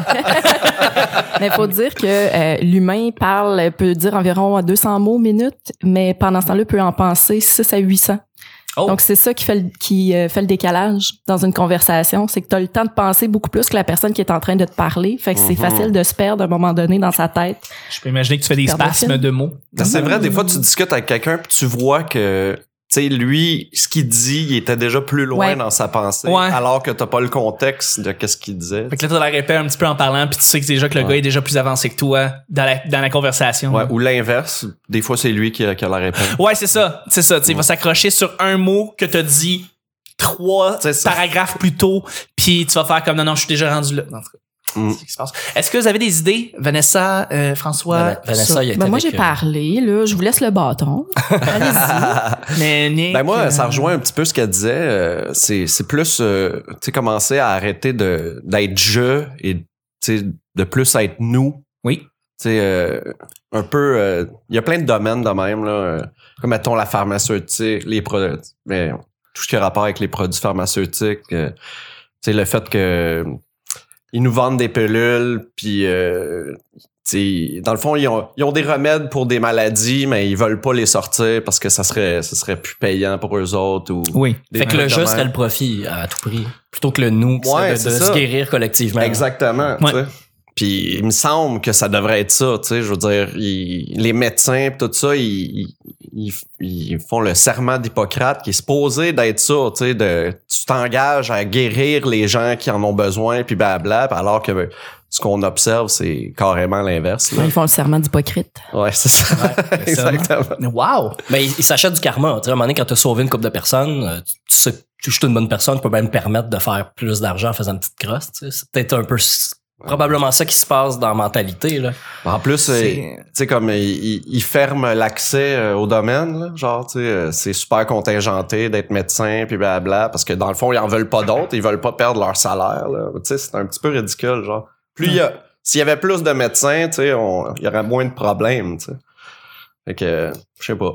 [SPEAKER 3] Mais faut dire que euh, l'humain parle, peut dire environ 200 mots minute, mais pendant ce temps-là, peut en penser 6 à 800.
[SPEAKER 4] Oh.
[SPEAKER 3] Donc, c'est ça qui fait le, qui euh, fait le décalage dans une conversation. C'est que tu as le temps de penser beaucoup plus que la personne qui est en train de te parler. Fait que c'est
[SPEAKER 2] Mhm.
[SPEAKER 3] facile de se perdre à un moment donné dans sa tête.
[SPEAKER 1] Je peux imaginer que tu fais des
[SPEAKER 3] Pardon,
[SPEAKER 1] spasmes
[SPEAKER 3] Phil?
[SPEAKER 1] de mots.
[SPEAKER 2] Non, C'est vrai, des fois, tu discutes avec quelqu'un puis tu vois que, tu sais, lui, ce qu'il dit, il était déjà plus loin
[SPEAKER 3] Ouais.
[SPEAKER 2] dans sa pensée,
[SPEAKER 1] Ouais.
[SPEAKER 2] alors que t'as pas le contexte de qu'est-ce qu'il disait.
[SPEAKER 1] Fait que là, tu la répètes un petit peu en parlant, puis tu sais que déjà que le
[SPEAKER 2] Ouais.
[SPEAKER 1] gars est déjà plus avancé que toi dans la, dans la conversation.
[SPEAKER 2] Ouais, ou l'inverse, des fois, c'est lui qui a, qui a la réponse.
[SPEAKER 1] Ouais, c'est ça. C'est ça.
[SPEAKER 2] Mm.
[SPEAKER 1] Tu sais, Il va s'accrocher sur un mot que t'as dit trois
[SPEAKER 2] C'est ça.
[SPEAKER 1] paragraphes plus tôt, puis tu vas faire comme non, non, je suis déjà rendu là. En tout cas,
[SPEAKER 2] Mm.
[SPEAKER 1] c'est ce qui se passe. Est-ce que vous avez des idées, Vanessa, euh, François?
[SPEAKER 4] Van- Vanessa, il était
[SPEAKER 3] Ben, moi,
[SPEAKER 4] avec,
[SPEAKER 3] j'ai
[SPEAKER 4] euh,
[SPEAKER 3] parlé. Là, je vous laisse le bâton. Allez-y.
[SPEAKER 1] mais Nick,
[SPEAKER 2] Ben moi,
[SPEAKER 1] euh,
[SPEAKER 2] ça rejoint un petit peu ce qu'elle disait. euh, c'est, c'est plus, euh, tu sais, commencer à arrêter de, d'être je et, tu sais, de plus être nous.
[SPEAKER 1] Oui.
[SPEAKER 2] Tu sais, euh, un peu, euh, il y a plein de domaines de même, là. euh, comme, mettons, la pharmaceutique, les produits, mais tout ce qui a rapport avec les produits pharmaceutiques, euh, tu sais, le fait que euh, ils nous vendent des pilules, puis euh, tu sais, dans le fond, ils ont, ils ont des remèdes pour des maladies, mais ils veulent pas les sortir parce que ça serait, ça serait plus payant pour eux autres. Ou
[SPEAKER 1] Oui.
[SPEAKER 2] des
[SPEAKER 4] Fait que le
[SPEAKER 2] trucs de
[SPEAKER 4] jeu
[SPEAKER 2] même.
[SPEAKER 4] serait le profit à tout prix, plutôt que le nous qui
[SPEAKER 2] Ouais,
[SPEAKER 4] serait de,
[SPEAKER 2] c'est
[SPEAKER 4] de
[SPEAKER 2] ça.
[SPEAKER 4] se guérir collectivement.
[SPEAKER 2] Exactement.
[SPEAKER 1] Ouais.
[SPEAKER 2] tu sais. Puis il me semble que ça devrait être ça, tu sais. Je veux dire, ils- les médecins, pis tout ça, ils, ils- ils, ils font le serment d'Hippocrate qui est supposé d'être ça, tu sais, de tu t'engages à guérir les gens qui en ont besoin, puis blabla, alors que ben, ce qu'on observe, c'est carrément l'inverse. là.
[SPEAKER 3] Ils font le serment d'hypocrite.
[SPEAKER 2] Ouais, c'est ça.
[SPEAKER 4] Ouais, c'est ça.
[SPEAKER 2] Exactement.
[SPEAKER 1] Wow!
[SPEAKER 4] Mais Ben, il, il s'achète du karma. Tu sais, à un moment donné, quand t'as sauvé une couple de personnes, euh, tu, tu sais, je suis une bonne personne, je peux bien me permettre de faire plus d'argent en faisant une petite crosse. tu sais. C'est peut-être un peu s- probablement ça qui se passe dans la mentalité. Là.
[SPEAKER 2] En plus, euh, tu
[SPEAKER 1] C'est-
[SPEAKER 2] sais, comme ils il, il ferment l'accès euh, au domaine, là, genre, tu sais, euh, c'est super contingenté d'être médecin, puis blabla, parce que dans le fond, ils en veulent pas d'autres, ils veulent pas perdre leur salaire, là. Tu sais, c'est un petit peu ridicule, genre. Plus il y a, s'il y avait plus de médecins, tu sais, on- il y aurait moins de problèmes, tu sais. Fait que, je sais pas.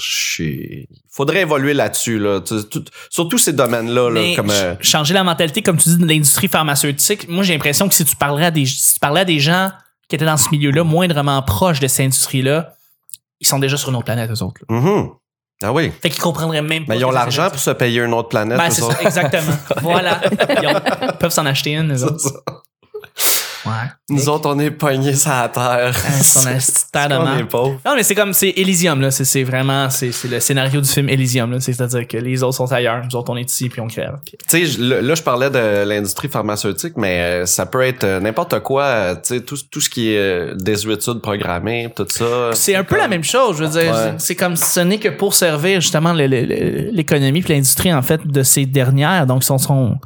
[SPEAKER 2] Je suis- Faudrait évoluer là-dessus, là. Tu- tout- surtout ces domaines-là, là,
[SPEAKER 1] Mais
[SPEAKER 2] comme.
[SPEAKER 1] ch-
[SPEAKER 2] euh,
[SPEAKER 1] changer la mentalité, comme tu dis, de l'industrie pharmaceutique, moi j'ai l'impression que si tu parlerais à des, si tu parlais à des gens qui étaient dans ce milieu-là, moindrement proches de cette industrie-là, ils sont déjà sur une autre planète, eux autres. là.
[SPEAKER 2] mhm. Ah oui.
[SPEAKER 1] Fait qu'ils comprendraient même pas.
[SPEAKER 2] Mais Ben, ils
[SPEAKER 1] ce
[SPEAKER 2] ont
[SPEAKER 1] que
[SPEAKER 2] l'argent
[SPEAKER 1] ça
[SPEAKER 2] pour
[SPEAKER 1] veut
[SPEAKER 2] se payer une autre
[SPEAKER 1] dire.
[SPEAKER 2] planète.
[SPEAKER 1] Ben,
[SPEAKER 2] eux
[SPEAKER 1] c'est
[SPEAKER 2] autres.
[SPEAKER 1] ça, exactement. voilà. Ils, ont- ils peuvent s'en acheter une, eux autres. Ouais.
[SPEAKER 2] Nous autres, on est pognés sur la terre.
[SPEAKER 1] Hein, Son astuce de terre de marde.
[SPEAKER 2] pauvres.
[SPEAKER 1] Non, mais c'est comme, c'est Elysium, là. C'est- C'est vraiment, c'est c'est le scénario du film Elysium, là. C'est-à-dire que les autres sont ailleurs, nous autres, on est ici, puis on crève.
[SPEAKER 2] Tu sais, je- là, là, je parlais de l'industrie pharmaceutique, mais euh, ça peut être euh, n'importe quoi. euh, Tu sais, tout, tout ce qui est euh, désuétude programmée, tout ça.
[SPEAKER 1] C'est un peu
[SPEAKER 2] comme-
[SPEAKER 1] la même chose, je veux dire.
[SPEAKER 2] Ouais.
[SPEAKER 1] C'est comme ce n'est que pour servir justement le- le- le- l'économie puis l'industrie en fait de ces dernières. Donc, sont, sont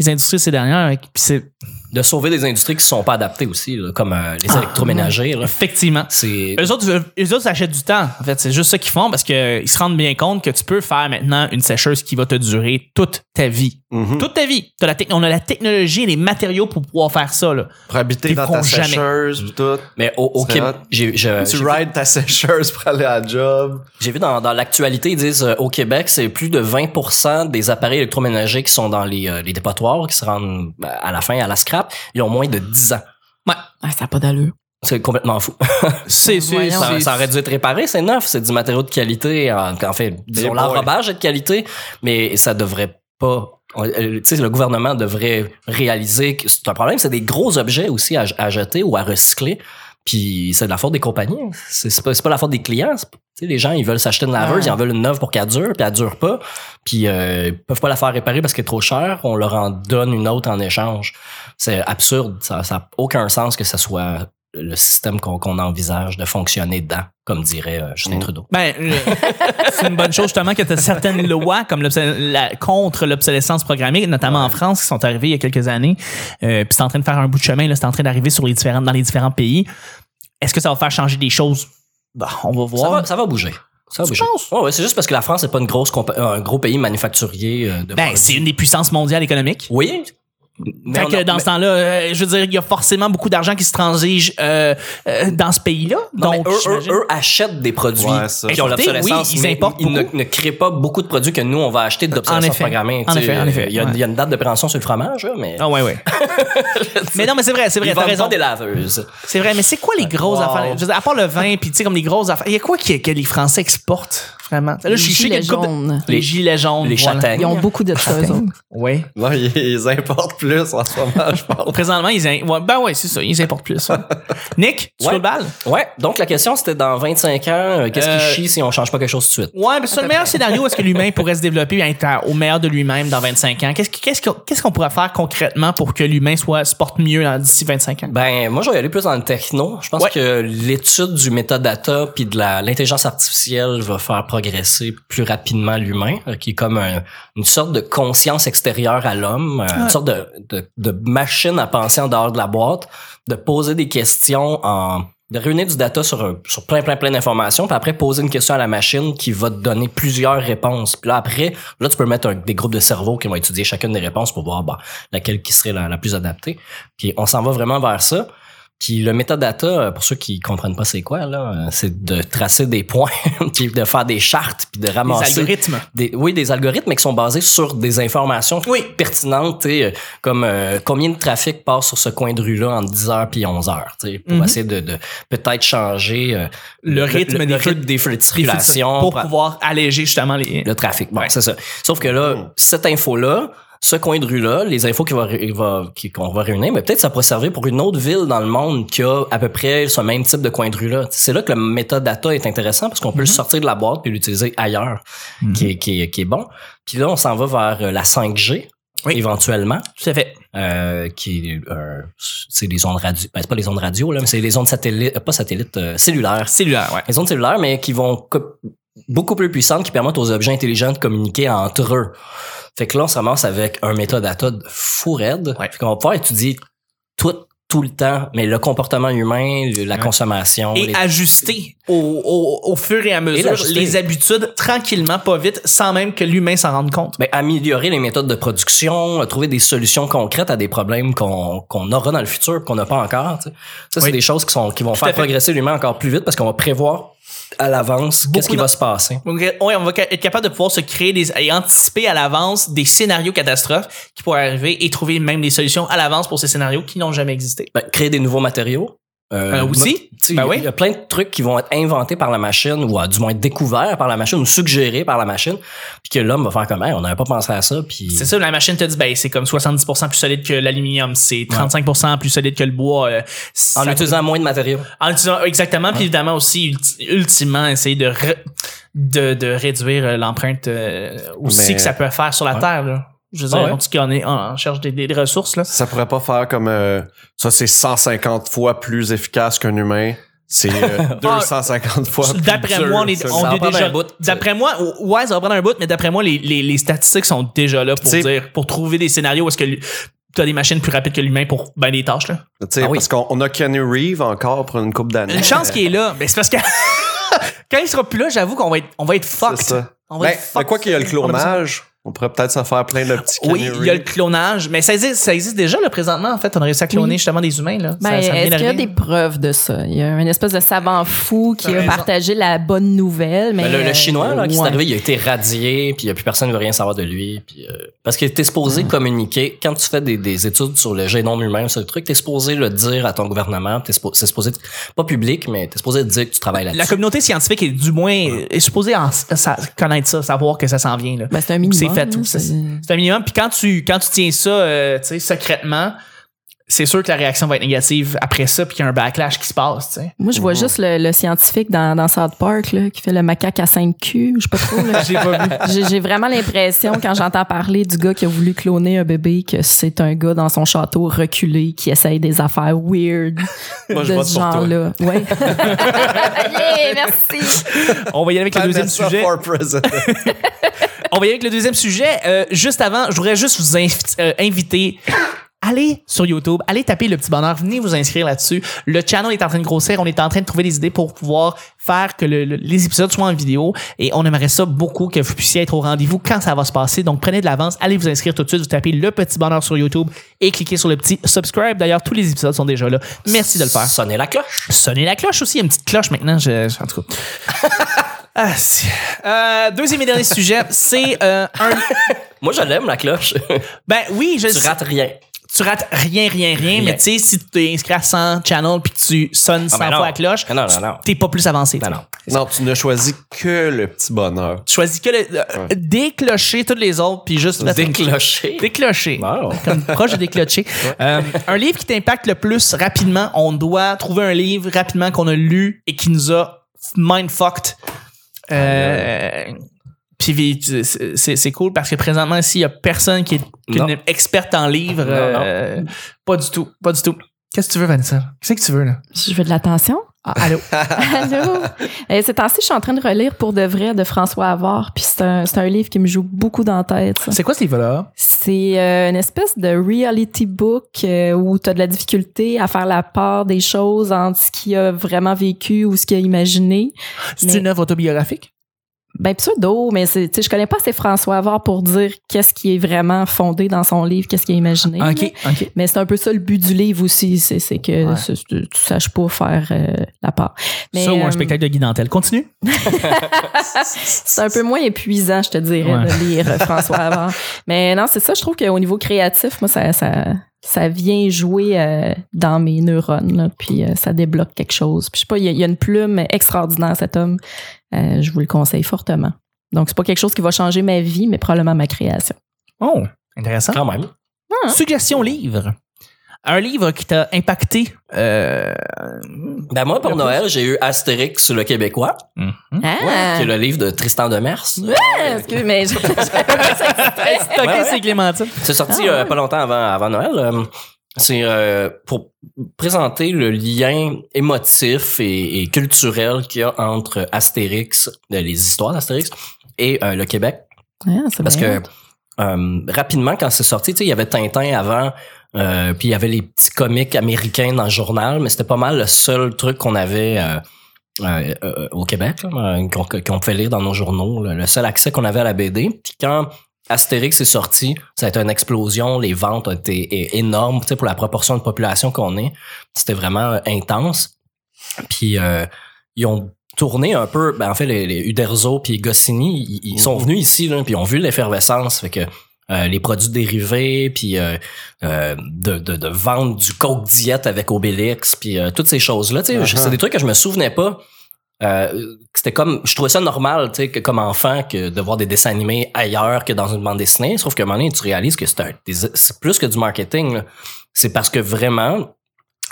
[SPEAKER 1] les industries de ces dernières. et puis c'est
[SPEAKER 4] De sauver des industries qui ne sont pas adaptées aussi, là, comme euh, les électroménagers. là.
[SPEAKER 1] effectivement.
[SPEAKER 2] Euh,
[SPEAKER 4] C'est
[SPEAKER 1] Eux autres, eux autres s'achètent du temps. En fait, c'est juste ça qu'ils font parce que ils se rendent bien compte que tu peux faire maintenant une sécheuse qui va te durer toute ta vie.
[SPEAKER 2] Mhm.
[SPEAKER 1] Toute ta vie. T'as la tec- on a la technologie et les matériaux pour pouvoir faire ça. Là.
[SPEAKER 2] Pour habiter
[SPEAKER 1] Ils
[SPEAKER 2] dans
[SPEAKER 1] feront
[SPEAKER 2] ta
[SPEAKER 1] jamais.
[SPEAKER 2] sécheuse, pis tout.
[SPEAKER 4] Mais au, au
[SPEAKER 2] C'est
[SPEAKER 4] Québec,
[SPEAKER 2] hot.
[SPEAKER 4] j'ai je- j'ai
[SPEAKER 2] tu
[SPEAKER 4] vu-
[SPEAKER 2] rides ta sécheuse pour aller à la job.
[SPEAKER 4] j'ai vu dans, dans l'actualité, ils disent euh, au Québec, c'est plus de 20% des appareils électroménagers qui sont dans les, euh, les dépotoirs, qui se rendent euh, à la fin à la scrap, ils ont moins de 10 ans.
[SPEAKER 3] Ah, ça n'a pas d'allure.
[SPEAKER 4] C'est complètement fou.
[SPEAKER 1] C'est c'est-
[SPEAKER 3] Voyons.
[SPEAKER 1] c'est-
[SPEAKER 4] Ça, ça aurait dû être réparé, c'est neuf, c'est du matériau de qualité, en, en fait, disons,
[SPEAKER 2] boy.
[SPEAKER 4] l'enrobage est de qualité, mais ça devrait pas... on- euh, Tu sais, le gouvernement devrait réaliser que c'est un problème, c'est des gros objets aussi à, à jeter ou à recycler, puis c'est de la faute des compagnies, hein. c'est c'est pas, c'est pas la faute des clients. c'est- Tu sais, les gens, ils veulent s'acheter une laveuse, ils
[SPEAKER 3] Ouais.
[SPEAKER 4] en veulent une neuve pour qu'elle dure, puis elle dure pas, puis euh, ils peuvent pas la faire réparer parce qu'elle est trop chère, on leur en donne une autre en échange. C'est absurde, ça n'a aucun sens que ça soit le système qu'on qu'on envisage de fonctionner dedans, comme dirait euh, Justin
[SPEAKER 2] Mm.
[SPEAKER 4] Trudeau.
[SPEAKER 1] Ben, euh, c'est une bonne chose justement que tu as certaines lois comme l'obs- la, contre l'obsolescence programmée, notamment en France, qui sont arrivées il y a quelques années. Euh, Puis c'est en train de faire un bout de chemin, là, c'est en train d'arriver sur les différentes, dans les différents pays. Est-ce que ça va faire changer des choses? Ben, on va
[SPEAKER 4] Ça
[SPEAKER 1] voir.
[SPEAKER 4] va, ça va bouger. Ça va
[SPEAKER 1] Tu
[SPEAKER 4] bouger.
[SPEAKER 1] penses?
[SPEAKER 4] Ouais, ouais, c'est juste parce que la France n'est pas une grosse compa- euh, un gros pays manufacturier euh, de
[SPEAKER 1] ben,
[SPEAKER 4] produits.
[SPEAKER 1] c'est une des puissances mondiales économiques.
[SPEAKER 4] Oui. Mais
[SPEAKER 1] Fait
[SPEAKER 4] on
[SPEAKER 1] que
[SPEAKER 4] a-
[SPEAKER 1] dans
[SPEAKER 4] mais-
[SPEAKER 1] ce temps-là, euh, je veux dire, il y a forcément beaucoup d'argent qui se transige euh, euh, dans ce pays-là.
[SPEAKER 4] non, mais
[SPEAKER 1] Donc,
[SPEAKER 4] eux, eux,
[SPEAKER 1] j'imagine-
[SPEAKER 4] eux achètent des produits
[SPEAKER 2] Ouais, ça.
[SPEAKER 4] qui ont
[SPEAKER 1] Importés,
[SPEAKER 4] l'obsolescence,
[SPEAKER 1] oui, ils
[SPEAKER 4] mais
[SPEAKER 1] importent
[SPEAKER 4] ils ne, ne créent pas beaucoup de produits que nous, on va acheter d'obsolescence
[SPEAKER 1] effet.
[SPEAKER 4] programmée.
[SPEAKER 1] En
[SPEAKER 4] tu sais. euh,
[SPEAKER 1] effet, en effet,
[SPEAKER 4] Il y, a,
[SPEAKER 1] ouais.
[SPEAKER 4] il y a une date de préhension sur le fromage, hein, mais
[SPEAKER 1] Ah ouais, ouais. mais non, mais c'est vrai, c'est vrai,
[SPEAKER 4] ils
[SPEAKER 1] t'as
[SPEAKER 4] vendent
[SPEAKER 1] raison.
[SPEAKER 4] pas des laveuses.
[SPEAKER 1] C'est vrai, mais c'est quoi les grosses
[SPEAKER 4] Wow.
[SPEAKER 1] affaires? Je veux dire, à part le vin, puis tu sais, comme les grosses affaires, il y a quoi qui- que, les Français exportent, vraiment? Là,
[SPEAKER 3] Les
[SPEAKER 1] je suis je sais
[SPEAKER 3] gilets
[SPEAKER 1] qu'il y a une couple de-
[SPEAKER 3] jaunes.
[SPEAKER 1] Les gilets jaunes.
[SPEAKER 4] Les
[SPEAKER 1] voilà.
[SPEAKER 4] châtaignes.
[SPEAKER 3] Ils ont beaucoup de choses.
[SPEAKER 1] Oui.
[SPEAKER 2] Non, ils, ils importent plus en ce moment, je pense.
[SPEAKER 1] Présentement, ils. in- ouais, ben ouais, c'est ça, ils importent plus. ouais. Nick, tu
[SPEAKER 4] Ouais.
[SPEAKER 1] veux le bal?
[SPEAKER 4] Ouais, donc la question, c'était dans 25 ans, euh, qu'est-ce
[SPEAKER 1] Euh,
[SPEAKER 4] qui chie si on change pas quelque chose tout de suite?
[SPEAKER 1] Ouais, mais c'est le meilleur scénario. Est-ce que l'humain pourrait se développer et être à- au meilleur de lui-même dans 25 ans? Qu'est-ce qui- qu'est-ce qu'on qu'est-ce qu'on pourrait faire concrètement pour que l'humain soit, se porte mieux dans- d'ici 25 ans?
[SPEAKER 4] Ben, moi, je vais y aller plus dans le techno. Je pense
[SPEAKER 1] Ouais.
[SPEAKER 4] que l'étude du metadata puis de la- l'intelligence artificielle va faire progresser plus rapidement l'humain, euh, qui est comme un- une sorte de conscience extérieure à l'homme, euh, une sorte de, de- de machine à penser en dehors de la boîte, de poser des questions en de réunir du data sur, un- sur plein, plein, plein d'informations, puis après poser une question à la machine qui va te donner plusieurs réponses. Puis là, après, là, tu peux mettre un- des groupes de cerveaux qui vont étudier chacune des réponses pour voir bah, laquelle qui serait la, la plus adaptée. Puis on s'en va vraiment vers ça. Puis le metadata, euh, pour ceux qui comprennent pas c'est quoi, là, euh, c'est de tracer des points, puis de faire des chartes, puis de
[SPEAKER 1] Les
[SPEAKER 4] ramasser
[SPEAKER 1] algorithmes.
[SPEAKER 4] des- oui, des algorithmes, mais qui sont basés sur des informations pertinentes, tu sais, euh, comme euh, combien de trafic passe sur ce coin de rue-là entre 10h puis 11h, tu sais, pour
[SPEAKER 1] Mhm.
[SPEAKER 4] essayer de, de peut-être changer euh,
[SPEAKER 1] Le rythme
[SPEAKER 4] le,
[SPEAKER 1] des
[SPEAKER 4] rythme
[SPEAKER 1] fil-
[SPEAKER 4] des feux de circulation,
[SPEAKER 1] Pour
[SPEAKER 4] pra-
[SPEAKER 1] pouvoir alléger justement les.
[SPEAKER 4] le trafic. Bon, c'est ça. Sauf que là, cette info-là, ce coin de rue-là, les infos qu'il va, il va- qu'il- qu'on va réunir, mais peut-être ça pourrait servir pour une autre ville dans le monde qui a à peu près ce même type de coin de rue-là. C'est là que le metadata est intéressant parce qu'on peut le
[SPEAKER 1] Mhm.
[SPEAKER 4] sortir de la boîte puis l'utiliser ailleurs, qui, est, qui, est, qui est bon. Puis là, on s'en va vers euh, la 5G
[SPEAKER 1] Oui.
[SPEAKER 4] éventuellement
[SPEAKER 1] Tout à fait.
[SPEAKER 4] euh, qui euh, c'est des ondes radio ben, c'est pas les ondes radio là mais c'est les ondes satellites euh, pas satellites euh, cellulaires
[SPEAKER 1] Cellulaire, ouais.
[SPEAKER 4] les ondes cellulaires mais qui vont co- beaucoup plus puissantes qui permettent aux objets intelligents de communiquer entre eux fait que là on se ramasse avec un métadata de fou raide
[SPEAKER 1] Ouais.
[SPEAKER 4] fait qu'on va pouvoir étudier tout tout le temps mais le comportement humain la
[SPEAKER 1] Ouais.
[SPEAKER 4] consommation
[SPEAKER 1] Et
[SPEAKER 4] les-
[SPEAKER 1] ajuster au, au, au fur et à mesure
[SPEAKER 4] l'ajuster.
[SPEAKER 1] les habitudes tranquillement, pas vite, sans même que l'humain s'en rende compte.
[SPEAKER 4] ben, améliorer les méthodes de production, euh, trouver des solutions concrètes à des problèmes qu'on qu'on aura dans le futur qu'on n'a pas encore. tu sais. Ça, c'est
[SPEAKER 1] Oui.
[SPEAKER 4] des choses qui, sont, qui vont
[SPEAKER 1] à
[SPEAKER 4] faire
[SPEAKER 1] fait.
[SPEAKER 4] progresser l'humain encore plus vite parce qu'on va prévoir à l'avance
[SPEAKER 1] Beaucoup
[SPEAKER 4] qu'est-ce qui
[SPEAKER 1] d'en-
[SPEAKER 4] va se passer.
[SPEAKER 1] Donc, ouais, on va ca- être capable de pouvoir se créer des, et anticiper à l'avance des scénarios catastrophes qui pourraient arriver et trouver même des solutions à l'avance pour ces scénarios qui n'ont jamais existé.
[SPEAKER 4] Ben, créer des nouveaux matériaux. Euh,
[SPEAKER 1] Euh, aussi,
[SPEAKER 4] tu sais, Il
[SPEAKER 1] ben
[SPEAKER 4] y a-
[SPEAKER 1] oui.
[SPEAKER 4] il y a plein de trucs qui vont être inventés par la machine ou euh, du moins découverts par la machine ou suggérés par la machine puis que l'homme va faire comme Hey, on n'avait pas pensé à ça puis
[SPEAKER 1] C'est ça, la machine te dit, ben, c'est comme 70% plus solide que l'aluminium, c'est 35% plus solide que le bois. euh,
[SPEAKER 4] en
[SPEAKER 1] ça-
[SPEAKER 4] utilisant moins de matériaux.
[SPEAKER 1] en utilisant- exactement, puis évidemment aussi, ulti- ultimement, essayer de, re- de, de réduire euh, l'empreinte euh, aussi
[SPEAKER 2] Mais-
[SPEAKER 1] que ça peut faire sur la
[SPEAKER 4] Ouais.
[SPEAKER 1] Terre. là. Je veux dire,
[SPEAKER 4] Ah ouais.
[SPEAKER 1] on dit qu'on est on- on cherche des, des ressources. Là.
[SPEAKER 2] Ça pourrait pas faire comme euh, ça, c'est 150 fois plus efficace qu'un humain. C'est euh, 250 fois plus
[SPEAKER 1] Ah, D'après
[SPEAKER 2] dur,
[SPEAKER 1] moi, on est,
[SPEAKER 2] ça.
[SPEAKER 1] on
[SPEAKER 4] Ça va
[SPEAKER 1] est
[SPEAKER 4] prendre
[SPEAKER 1] déjà.
[SPEAKER 4] un bout.
[SPEAKER 1] D'après moi, ou- ouais, ça va prendre un bout, mais d'après moi, les, les, les statistiques sont déjà là pour
[SPEAKER 2] T'sais-
[SPEAKER 1] dire, pour trouver des scénarios où est-ce que l'hu- t'as des machines plus rapides que l'humain pour ben des tâches là.
[SPEAKER 2] Tu sais,
[SPEAKER 4] Ah oui.
[SPEAKER 2] Parce qu'on on a Kenny Reeve encore pour une coupe d'années.
[SPEAKER 1] Une chance qui est là, mais c'est parce que quand il sera plus là, j'avoue qu'on va être on va être fucked.
[SPEAKER 2] C'est ça.
[SPEAKER 1] On va
[SPEAKER 2] Ben,
[SPEAKER 1] être fucked.
[SPEAKER 2] mais quoi qu'il y a le
[SPEAKER 1] On besoin-
[SPEAKER 2] clonage, on pourrait peut-être s'en faire plein de petits
[SPEAKER 1] Oui,
[SPEAKER 2] Kenny
[SPEAKER 1] il y a le
[SPEAKER 2] Reeves.
[SPEAKER 1] clonage, mais ça existe, ça existe déjà là présentement en fait, on a réussi à cloner
[SPEAKER 3] Oui.
[SPEAKER 1] justement des humains là. Ça-
[SPEAKER 3] Ben,
[SPEAKER 1] ça vient
[SPEAKER 3] est-ce qu'il y a
[SPEAKER 1] d'arriver.
[SPEAKER 3] des preuves de ça? Il y a un espèce de savant fou qui
[SPEAKER 1] T'as
[SPEAKER 3] a
[SPEAKER 1] raison.
[SPEAKER 3] partagé la bonne nouvelle, mais...
[SPEAKER 4] Ben, le, le
[SPEAKER 3] euh,
[SPEAKER 4] chinois là, qui
[SPEAKER 3] ouais.
[SPEAKER 4] s'est arrivé, il a été radié, puis il y a plus personne ne veut rien savoir de lui. Puis, euh, parce qu'il était
[SPEAKER 3] Mm.
[SPEAKER 4] supposé communiquer. Quand tu fais des, des études sur le génome humain, ce truc, t'es supposé le dire à ton gouvernement. T'es suppo- c'est supposé, pas public, mais t'es supposé dire que tu travailles
[SPEAKER 1] La
[SPEAKER 4] là-dessus.
[SPEAKER 1] communauté scientifique est du moins est supposée en- sa- connaître ça, savoir que ça s'en vient là.
[SPEAKER 3] Ben, c'est un
[SPEAKER 1] Ou que
[SPEAKER 3] minimum.
[SPEAKER 1] c'est fait
[SPEAKER 3] hein,
[SPEAKER 1] ou c'est c'est un minimum puis quand tu quand tu tiens ça euh, tu sais secrètement c'est sûr que la réaction va être négative après ça puis qu'il y a un backlash qui se passe tu sais
[SPEAKER 3] Moi, je vois
[SPEAKER 2] Mhm.
[SPEAKER 3] juste le, le scientifique dans, dans South Park là, qui fait le macaque à 5 culs. Je sais pas trop. là.
[SPEAKER 1] j'ai pas vu
[SPEAKER 3] J'ai j'ai vraiment l'impression, quand j'entends parler du gars qui a voulu cloner un bébé, que c'est un gars dans son château reculé qui essaye des affaires weird
[SPEAKER 2] Moi, je
[SPEAKER 3] de
[SPEAKER 2] vote
[SPEAKER 3] ce
[SPEAKER 2] pour toi.
[SPEAKER 3] genre-là. Ouais. yeah, merci.
[SPEAKER 1] on va y aller avec le deuxième
[SPEAKER 2] Vanessa
[SPEAKER 1] sujet
[SPEAKER 2] for president.
[SPEAKER 1] on va y aller avec le deuxième sujet Euh, juste avant je voudrais juste vous invi- euh, inviter Allez sur YouTube, allez taper le petit bonheur, venez vous inscrire là-dessus. Le channel est en train de grossir, on est en train de trouver des idées pour pouvoir faire que le- le- les épisodes soient en vidéo et on aimerait ça beaucoup que vous puissiez être au rendez-vous quand ça va se passer. Donc prenez de l'avance, allez vous inscrire tout de suite, vous tapez le petit bonheur sur YouTube et cliquez sur le petit subscribe. D'ailleurs, tous les épisodes sont déjà là. Merci de le faire.
[SPEAKER 4] Sonner la cloche.
[SPEAKER 1] Sonnez la cloche aussi, il y a une petite cloche maintenant. Je, je- en tout cas. Ah, si. Euh, deuxième et dernier sujet, c'est euh, un.
[SPEAKER 4] Moi, je l'aime, la cloche.
[SPEAKER 1] Ben oui, je
[SPEAKER 4] tu rates rien.
[SPEAKER 1] tu rates rien, rien, rien, mais tu sais, si tu t'es inscrit à 100 channels puis que tu sonnes 100
[SPEAKER 4] ben non.
[SPEAKER 1] fois la cloche,
[SPEAKER 4] Ah non, non,
[SPEAKER 1] tu-
[SPEAKER 4] non.
[SPEAKER 1] t'es pas plus avancé.
[SPEAKER 4] Non,
[SPEAKER 1] tu sais.
[SPEAKER 4] non.
[SPEAKER 2] non, tu ne choisis que le petit bonheur.
[SPEAKER 1] Tu choisis que le, euh, déclocher toutes les autres puis juste mettre-
[SPEAKER 4] Déclocher.
[SPEAKER 1] Déclocher.
[SPEAKER 4] Wow.
[SPEAKER 1] Comme proche de déclocher. Euh, un livre qui t'impacte le plus rapidement, on doit trouver un livre rapidement qu'on a lu et qui nous a mindfucked. Euh, puis c'est- c'est c'est cool parce que présentement ici, il y a personne qui est, qui est
[SPEAKER 4] Non.
[SPEAKER 1] une experte en livres.
[SPEAKER 4] Non,
[SPEAKER 1] euh, Pas du tout, pas du tout. Qu'est-ce que tu veux, Vanessa? Qu'est-ce que tu veux, là?
[SPEAKER 3] Je veux de l'attention.
[SPEAKER 1] Ah, allô?
[SPEAKER 3] Allô? Euh, ces temps-ci, je suis en train de relire Pour de vrai de François Avard, puis c'est un, c'est un livre qui me joue beaucoup dans la tête. ça.
[SPEAKER 1] C'est quoi ce livre-là?
[SPEAKER 3] C'est euh, une espèce de reality book euh, où tu as de la difficulté à faire la part des choses entre ce qu'il a vraiment vécu ou ce qu'il a imaginé.
[SPEAKER 1] C'est
[SPEAKER 3] Mais-
[SPEAKER 1] une œuvre autobiographique?
[SPEAKER 3] Ben pseudo, mais c'est, tu sais, je connais pas assez François Avard pour dire qu'est-ce qui est vraiment fondé dans son livre, qu'est-ce qu'il a imaginé.
[SPEAKER 1] Ah,
[SPEAKER 3] là.
[SPEAKER 1] ok.
[SPEAKER 3] Mais c'est un peu ça le but du livre aussi, c'est, c'est que
[SPEAKER 1] Ouais.
[SPEAKER 3] c'est- tu, tu saches pas faire euh, la part. Mais,
[SPEAKER 1] ça ou
[SPEAKER 3] euh,
[SPEAKER 1] un spectacle de Guy Dantel. Continue.
[SPEAKER 3] C'est un peu moins épuisant, je te dirais,
[SPEAKER 1] Ouais.
[SPEAKER 3] de lire euh, François Avard. Mais non, c'est ça, je trouve qu'au niveau créatif, moi, ça, ça, ça vient jouer euh, dans mes neurones, là, puis euh, ça débloque quelque chose. Puis je sais pas, il y, a- il y a une plume extraordinaire, cet homme. Euh, je vous le conseille fortement. Donc, c'est pas quelque chose qui va changer ma vie, mais probablement ma création.
[SPEAKER 1] Oh. Intéressant.
[SPEAKER 4] Quand même. Ah.
[SPEAKER 1] Suggestion livre. Un livre qui t'a impacté. euh,
[SPEAKER 4] Ben moi, pour Noël, j'ai eu Astérix le Québécois,
[SPEAKER 3] Ah!
[SPEAKER 4] qui est le livre de Tristan Demers.
[SPEAKER 3] Ah, excuse, mais je-
[SPEAKER 1] Stocké,
[SPEAKER 4] Eh Ouais, ouais.
[SPEAKER 1] c'est Clémentine.
[SPEAKER 4] C'est sorti euh, pas longtemps avant, avant Noël. Euh, C'est euh, pour présenter le lien émotif et, et culturel qu'il y a entre Astérix, euh, les histoires d'Astérix, et euh, le Québec.
[SPEAKER 3] Ah, c'est
[SPEAKER 4] Parce
[SPEAKER 3] bien.
[SPEAKER 4] que euh, rapidement, quand c'est sorti, tu sais, il y avait Tintin avant, euh, puis il y avait les petits comics américains dans le journal, mais c'était pas mal le seul truc qu'on avait euh, euh, euh, au Québec, là, euh, qu'on qu'on pouvait lire dans nos journaux, là, le seul accès qu'on avait à la BD. Puis quand Astérix est sorti, ça a été une explosion, les ventes ont été é- énormes, tu sais, pour la proportion de population qu'on est, c'était vraiment euh, intense. Puis euh, ils ont tourné un peu, ben, en fait, les, les Uderzo puis Goscinny, ils, ils sont venus ici, là, puis ils ont vu l'effervescence, fait que euh, les produits dérivés, puis euh, euh, de, de, de vendre du Coke Diet avec Obélix, puis euh, toutes ces choses-là. tu sais,
[SPEAKER 2] Uh-huh.
[SPEAKER 4] C'est des trucs que je me souvenais pas. Euh, c'était comme je trouvais ça normal tu sais que comme enfant que de voir des dessins animés ailleurs que dans une bande dessinée sauf que un moment donné tu réalises que c'est un des- c'est plus que du marketing là. c'est parce que vraiment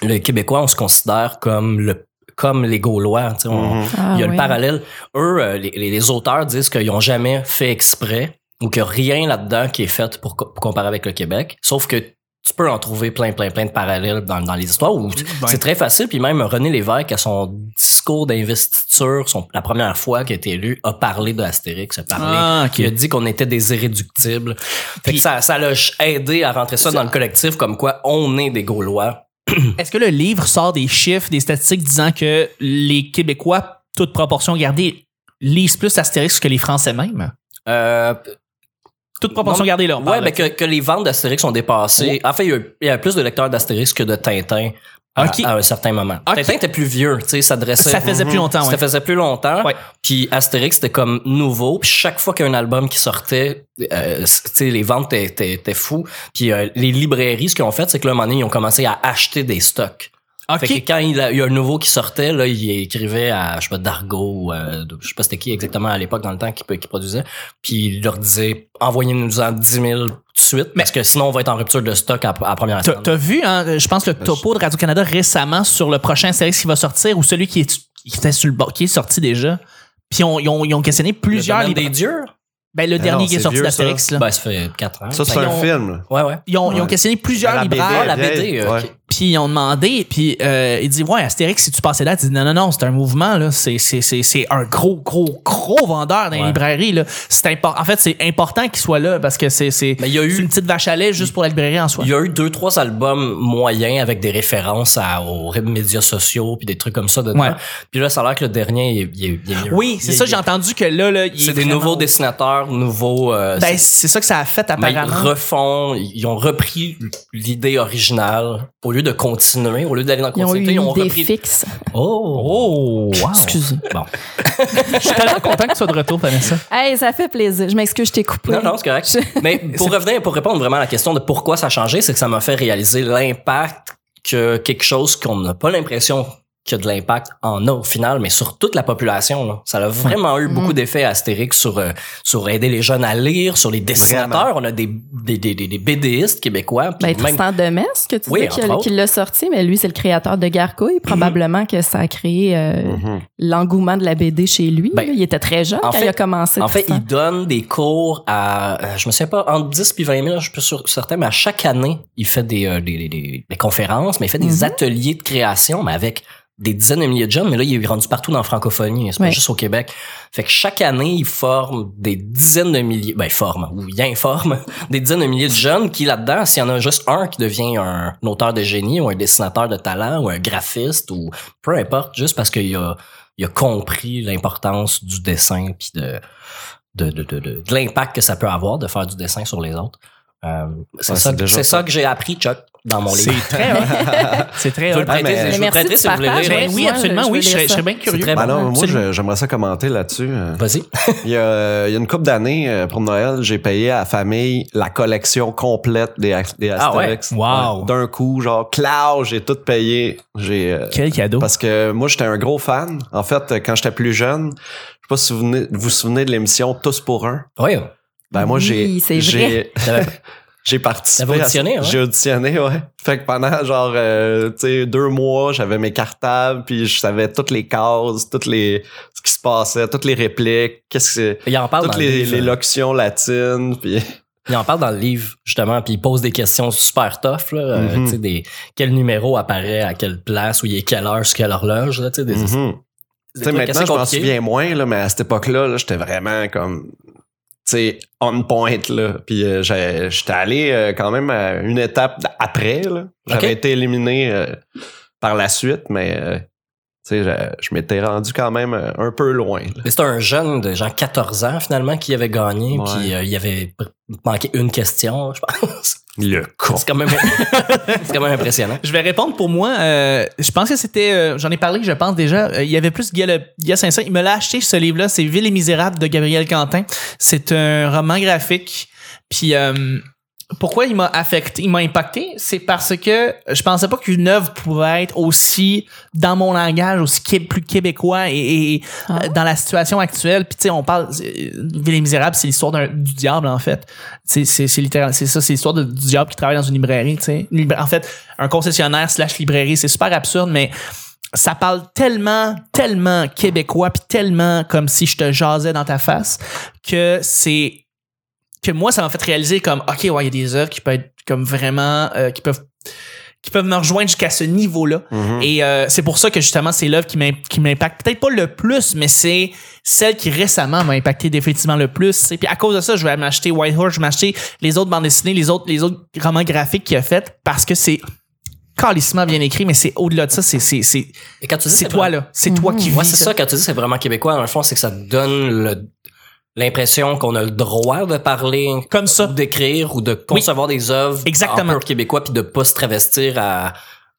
[SPEAKER 4] le québécois on se considère comme le comme les gaulois tu sais,
[SPEAKER 2] Mhm.
[SPEAKER 4] on-
[SPEAKER 3] Ah,
[SPEAKER 4] il y a
[SPEAKER 3] oui.
[SPEAKER 4] le parallèle. Eux, euh, les, les- les auteurs disent qu'ils n'ont jamais fait exprès ou qu'il n'y a rien là-dedans qui est fait pour, co- pour comparer avec le Québec. Sauf que tu peux en trouver plein, plein, plein de parallèles dans, dans les histoires. où t-
[SPEAKER 1] Ben.
[SPEAKER 4] C'est très facile. Puis même René Lévesque, à son discours d'investiture, son- la première fois qu'il a été élu, a parlé de Astérix, a parlé
[SPEAKER 1] Ah, ok.
[SPEAKER 4] qui a dit qu'on était des irréductibles. Fait
[SPEAKER 1] Puis-
[SPEAKER 4] que ça, ça l'a aidé à rentrer ça dans le collectif comme quoi on est des Gaulois.
[SPEAKER 1] Est-ce que le livre sort des chiffres, des statistiques disant que les Québécois, toute proportion gardée, lisent plus Astérix que les Français même?
[SPEAKER 4] Euh,
[SPEAKER 1] Toute proportion
[SPEAKER 4] Non,
[SPEAKER 1] gardée, là. on Oh.
[SPEAKER 4] Ouais,
[SPEAKER 1] parle.
[SPEAKER 4] ben que, que les ventes d'Astérix ont dépassé. En fait, il y a eu- il y, a plus de lecteurs d'Astérix que de Tintin à,
[SPEAKER 1] Ok.
[SPEAKER 4] à un certain moment.
[SPEAKER 1] Ok.
[SPEAKER 4] Tintin était plus vieux, tu sais, s'adressait. Mm.
[SPEAKER 1] ça faisait plus longtemps, ouais.
[SPEAKER 4] Ça faisait plus longtemps.
[SPEAKER 1] Ouais.
[SPEAKER 4] Puis Astérix c'était comme nouveau. Puis chaque fois qu'il y a un album qui sortait, euh, c- tu sais, les ventes étaient- étaient étaient fous. Puis euh, les librairies, ce qu'ils ont fait, c'est que là, à un moment donné, ils ont commencé à acheter des stocks.
[SPEAKER 1] Ok.
[SPEAKER 4] Fait que quand il, a- il y a un nouveau qui sortait, là, il écrivait à, je sais pas, Dargo, ou, euh, je sais pas c'était qui exactement à l'époque dans le temps qui, qui produisait, puis il leur disait, envoyez-nous-en 10 000 tout de suite, parce que sinon on va être en rupture de stock à, à la première
[SPEAKER 1] T'as
[SPEAKER 4] semaine.
[SPEAKER 1] t'as vu, hein, je pense, le topo de Radio-Canada récemment sur le prochain Astérix qui va sortir ou celui qui, est, qui était sur le bord, qui est sorti déjà. Puis on- ils ont, ils ont questionné plusieurs
[SPEAKER 4] Le domaine
[SPEAKER 1] livres.
[SPEAKER 4] des dieux?
[SPEAKER 1] Ben, le
[SPEAKER 2] non,
[SPEAKER 1] dernier qui est
[SPEAKER 2] c'est
[SPEAKER 1] sorti
[SPEAKER 2] vieux,
[SPEAKER 1] d'Astérix, là.
[SPEAKER 4] Ben, ça fait 4 ans.
[SPEAKER 2] Ça, c'est
[SPEAKER 4] Fait-
[SPEAKER 1] Ils
[SPEAKER 2] un
[SPEAKER 1] ont-
[SPEAKER 2] film. là.
[SPEAKER 4] Ouais, ouais.
[SPEAKER 1] Ils ont, ils ont
[SPEAKER 2] Ouais.
[SPEAKER 1] questionné ben, plusieurs
[SPEAKER 2] La BD,
[SPEAKER 1] libraires.
[SPEAKER 4] Ah, la
[SPEAKER 2] vieille,
[SPEAKER 4] BD, euh,
[SPEAKER 2] ouais.
[SPEAKER 4] ok.
[SPEAKER 1] Puis ils ont demandé, puis euh, il dit ouais Astérix si tu passais là, tu dis non non non c'est un mouvement là, c'est c'est c'est c'est un gros gros gros vendeur dans les
[SPEAKER 4] Ouais.
[SPEAKER 1] librairies là. C'est impor- en fait c'est important qu'il soit là parce que c'est c'est
[SPEAKER 4] Mais il y a eu-
[SPEAKER 1] c'est une petite vache à lait juste pour la librairie en soi.
[SPEAKER 4] Il y a eu deux, trois albums moyens avec des références à- aux ré- médias sociaux puis des trucs comme ça dedans.
[SPEAKER 1] Ouais.
[SPEAKER 4] Puis là, ça a l'air que le dernier, il est, il est- il est mieux.
[SPEAKER 1] Oui c'est
[SPEAKER 4] Il est-
[SPEAKER 1] ça j'ai entendu que là là il est
[SPEAKER 4] C'est des
[SPEAKER 1] vraiment-
[SPEAKER 4] nouveaux dessinateurs, nouveaux... euh,
[SPEAKER 1] Ben c'est ça que ça a fait
[SPEAKER 4] Mais ils
[SPEAKER 1] apparemment.
[SPEAKER 4] refont, ils ont repris l'idée originale. Au lieu de continuer, au lieu d'aller dans la
[SPEAKER 3] Ils ont eu
[SPEAKER 4] continuité,
[SPEAKER 3] une
[SPEAKER 4] ils ont,
[SPEAKER 3] idée
[SPEAKER 4] repris.
[SPEAKER 3] fixe.
[SPEAKER 4] Oh! Oh!
[SPEAKER 3] Excusez.
[SPEAKER 4] Bon.
[SPEAKER 1] Je suis tellement content que tu sois de retour Vanessa.
[SPEAKER 3] Hey, ça fait plaisir. Je m'excuse, je t'ai coupé.
[SPEAKER 4] Non, non, c'est correct. Mais pour revenir, pour répondre vraiment à la question de pourquoi ça a changé, c'est que ça m'a fait réaliser l'impact que quelque chose qu'on n'a pas l'impression qu'il y a de l'impact en a au final, mais sur toute la population. là. Ça a vraiment eu
[SPEAKER 3] Mm.
[SPEAKER 4] beaucoup d'effets astériques sur, euh, sur aider les jeunes à lire, sur les dessinateurs. On a des, des, des, des, des BDistes québécois. puis
[SPEAKER 3] Ben,
[SPEAKER 4] même-
[SPEAKER 3] Tristan Demers, que tu
[SPEAKER 4] Oui,
[SPEAKER 3] dis qu'il
[SPEAKER 4] entre autres. Mhm.
[SPEAKER 3] qu'il l'a sorti, mais lui, c'est le créateur de Garcouille. Probablement que ça a créé euh,
[SPEAKER 2] Mhm.
[SPEAKER 3] l'engouement de la BD chez lui.
[SPEAKER 4] Ben,
[SPEAKER 3] là. il était très jeune
[SPEAKER 4] en
[SPEAKER 3] quand
[SPEAKER 4] fait-
[SPEAKER 3] il a commencé.
[SPEAKER 4] En fait,
[SPEAKER 3] Tristan.
[SPEAKER 4] il donne des cours à, euh, je me souviens pas, entre 10 puis 20 000, je suis pas sûr- certain, mais à chaque année, il fait des, euh, des, des- des- des conférences, mais il fait des
[SPEAKER 3] Mhm.
[SPEAKER 4] ateliers de création, mais avec des dizaines de milliers de jeunes, mais là, il est rendu partout dans la francophonie, c'est pas
[SPEAKER 3] Ouais.
[SPEAKER 4] juste au Québec. Fait que chaque année, il forme des dizaines de milliers, ben, il forme, ou il informe, des dizaines de milliers de jeunes qui, là-dedans, s'il y en a juste un qui devient un, auteur de génie, ou un dessinateur de talent, ou un graphiste, ou peu importe, juste parce qu'il a, il a compris l'importance du dessin, puis de, de, de, de, de, de l'impact que ça peut avoir de faire du dessin sur les autres. Euh, c'est
[SPEAKER 2] Ouais,
[SPEAKER 4] ça,
[SPEAKER 2] c'est
[SPEAKER 4] que-
[SPEAKER 2] déjà
[SPEAKER 4] c'est
[SPEAKER 2] ça.
[SPEAKER 4] ça que j'ai appris, Chuck, dans mon livre.
[SPEAKER 1] C'est très hot. c'est très
[SPEAKER 4] Je
[SPEAKER 1] hot.
[SPEAKER 4] veux le prêter,
[SPEAKER 2] mais-
[SPEAKER 4] je
[SPEAKER 2] Mais
[SPEAKER 4] veux le
[SPEAKER 3] merci
[SPEAKER 4] prêter
[SPEAKER 3] du
[SPEAKER 4] si vous voulez
[SPEAKER 3] partage.
[SPEAKER 4] lire.
[SPEAKER 1] Ben oui
[SPEAKER 3] Ouais,
[SPEAKER 1] absolument
[SPEAKER 3] je
[SPEAKER 1] oui
[SPEAKER 3] veux
[SPEAKER 1] je serais,
[SPEAKER 3] lire
[SPEAKER 1] je serais
[SPEAKER 3] ça.
[SPEAKER 1] bien curieux.
[SPEAKER 4] très
[SPEAKER 2] Ah non, moi,
[SPEAKER 1] Absolument.
[SPEAKER 2] je- j'aimerais ça commenter là-dessus. euh.
[SPEAKER 4] Vas-y.
[SPEAKER 2] Il y a, il y a une couple d'années, euh, pour Noël, j'ai payé à la famille la collection complète des, Ax- des
[SPEAKER 4] Ah ouais?
[SPEAKER 2] Astérix.
[SPEAKER 1] Wow.
[SPEAKER 2] Ouais, D'un coup, genre, cloud, j'ai tout payé. J'ai, euh,
[SPEAKER 1] Quel
[SPEAKER 3] Oh.
[SPEAKER 1] cadeau.
[SPEAKER 2] parce que moi, j'étais un gros fan. En fait, euh, quand j'étais plus jeune, je sais pas si vous venez- vous vous souvenez de l'émission Tous pour un.
[SPEAKER 4] Oui.
[SPEAKER 2] Ben moi,
[SPEAKER 3] Oui,
[SPEAKER 2] j'ai
[SPEAKER 3] c'est
[SPEAKER 4] Euh,
[SPEAKER 2] j'ai
[SPEAKER 4] T'avais-
[SPEAKER 2] J'ai participé.
[SPEAKER 4] T'avais
[SPEAKER 2] à-
[SPEAKER 4] auditionné, ouais.
[SPEAKER 2] J'ai auditionné, ouais. Fait que pendant genre euh, tu sais, deux mois, j'avais mes cartables, puis je savais toutes les cases, toutes les ce qui se passait, toutes les répliques, qu'est-ce que c'est-
[SPEAKER 4] Il en parle
[SPEAKER 2] toutes
[SPEAKER 4] Ah, dans le
[SPEAKER 2] les,
[SPEAKER 4] livre. hein.
[SPEAKER 2] les locutions latines, puis
[SPEAKER 4] Il en parle dans le livre, justement, puis il pose des questions super tough, là. euh,
[SPEAKER 2] Mhm.
[SPEAKER 4] tu sais, des, quel numéro apparaît à quelle place, où il est quelle heure, sur quelle horloge, là, tu sais, des, des
[SPEAKER 2] Mhm. Tu sais,
[SPEAKER 4] trucs
[SPEAKER 2] maintenant,
[SPEAKER 4] assez
[SPEAKER 2] je m'en
[SPEAKER 4] compliqués.
[SPEAKER 2] souviens moins, là, mais à cette époque-là, là, j'étais vraiment comme, tu sais, on point, là. Puis euh, j'ai- j'étais allé euh, quand même à une étape d- après, là. J'avais
[SPEAKER 4] Ok.
[SPEAKER 2] été éliminé euh, par la suite, mais, euh, tu sais, je- je m'étais rendu quand même euh, un peu loin, là.
[SPEAKER 4] Mais c'était un jeune de genre 14 ans, finalement, qui avait gagné,
[SPEAKER 2] Ouais.
[SPEAKER 4] puis euh, il avait manqué une question, je pense.
[SPEAKER 2] Le con.
[SPEAKER 4] C'est quand même, c'est quand même impressionnant.
[SPEAKER 1] Je vais répondre pour moi. euh, je pense que c'était. euh, J'en ai parlé, je pense déjà. euh, il y avait plus Guy Le- Guy Saint-Saëns. Il me l'a acheté, ce livre-là. C'est Ville et Misérable de Gabriel Quentin. C'est un roman graphique. Puis. euh, pourquoi il m'a affecté, il m'a impacté, c'est parce que je pensais pas qu'une œuvre pouvait être aussi dans mon langage, aussi qué- plus québécois et, et-
[SPEAKER 3] Ah ouais?
[SPEAKER 1] euh, dans la situation actuelle. Puis tu sais, on parle euh, Ville et Misérable, c'est l'histoire d'un- du diable en fait. C'est c'est c'est littéral- c'est ça, c'est l'histoire de- du diable qui travaille dans une librairie. tu sais. Une libra- En fait, un concessionnaire slash librairie, c'est super absurde, mais ça parle tellement, tellement québécois, puis tellement comme si je te jasais dans ta face que c'est que moi ça m'a fait réaliser comme ok ouais il y a des œuvres qui peuvent être comme vraiment euh, qui peuvent qui peuvent me rejoindre jusqu'à ce niveau là
[SPEAKER 4] Mm.
[SPEAKER 2] Mhm.
[SPEAKER 1] et euh, c'est pour ça que justement c'est l'œuvre qui m'im- qui m'impacte peut-être pas le plus mais c'est celle qui récemment m'a impacté définitivement le plus et puis à cause de ça je vais m'acheter White Horse je vais m'acheter les autres bandes dessinées les autres les autres romans graphiques qu'il a fait parce que c'est calissement bien écrit mais c'est au-delà de ça c'est c'est c'est
[SPEAKER 4] Et quand tu dis
[SPEAKER 1] c'est
[SPEAKER 4] vraiment-
[SPEAKER 1] toi là c'est toi qui
[SPEAKER 4] Moi,
[SPEAKER 1] vis
[SPEAKER 4] c'est ça, quand tu dis c'est vraiment québécois, dans le fond, c'est que ça te donne le- l'impression qu'on a le droit de parler
[SPEAKER 1] comme ça
[SPEAKER 4] ou d'écrire ou de concevoir des œuvres
[SPEAKER 1] Exactement.
[SPEAKER 4] en pur québécois puis de pas se travestir à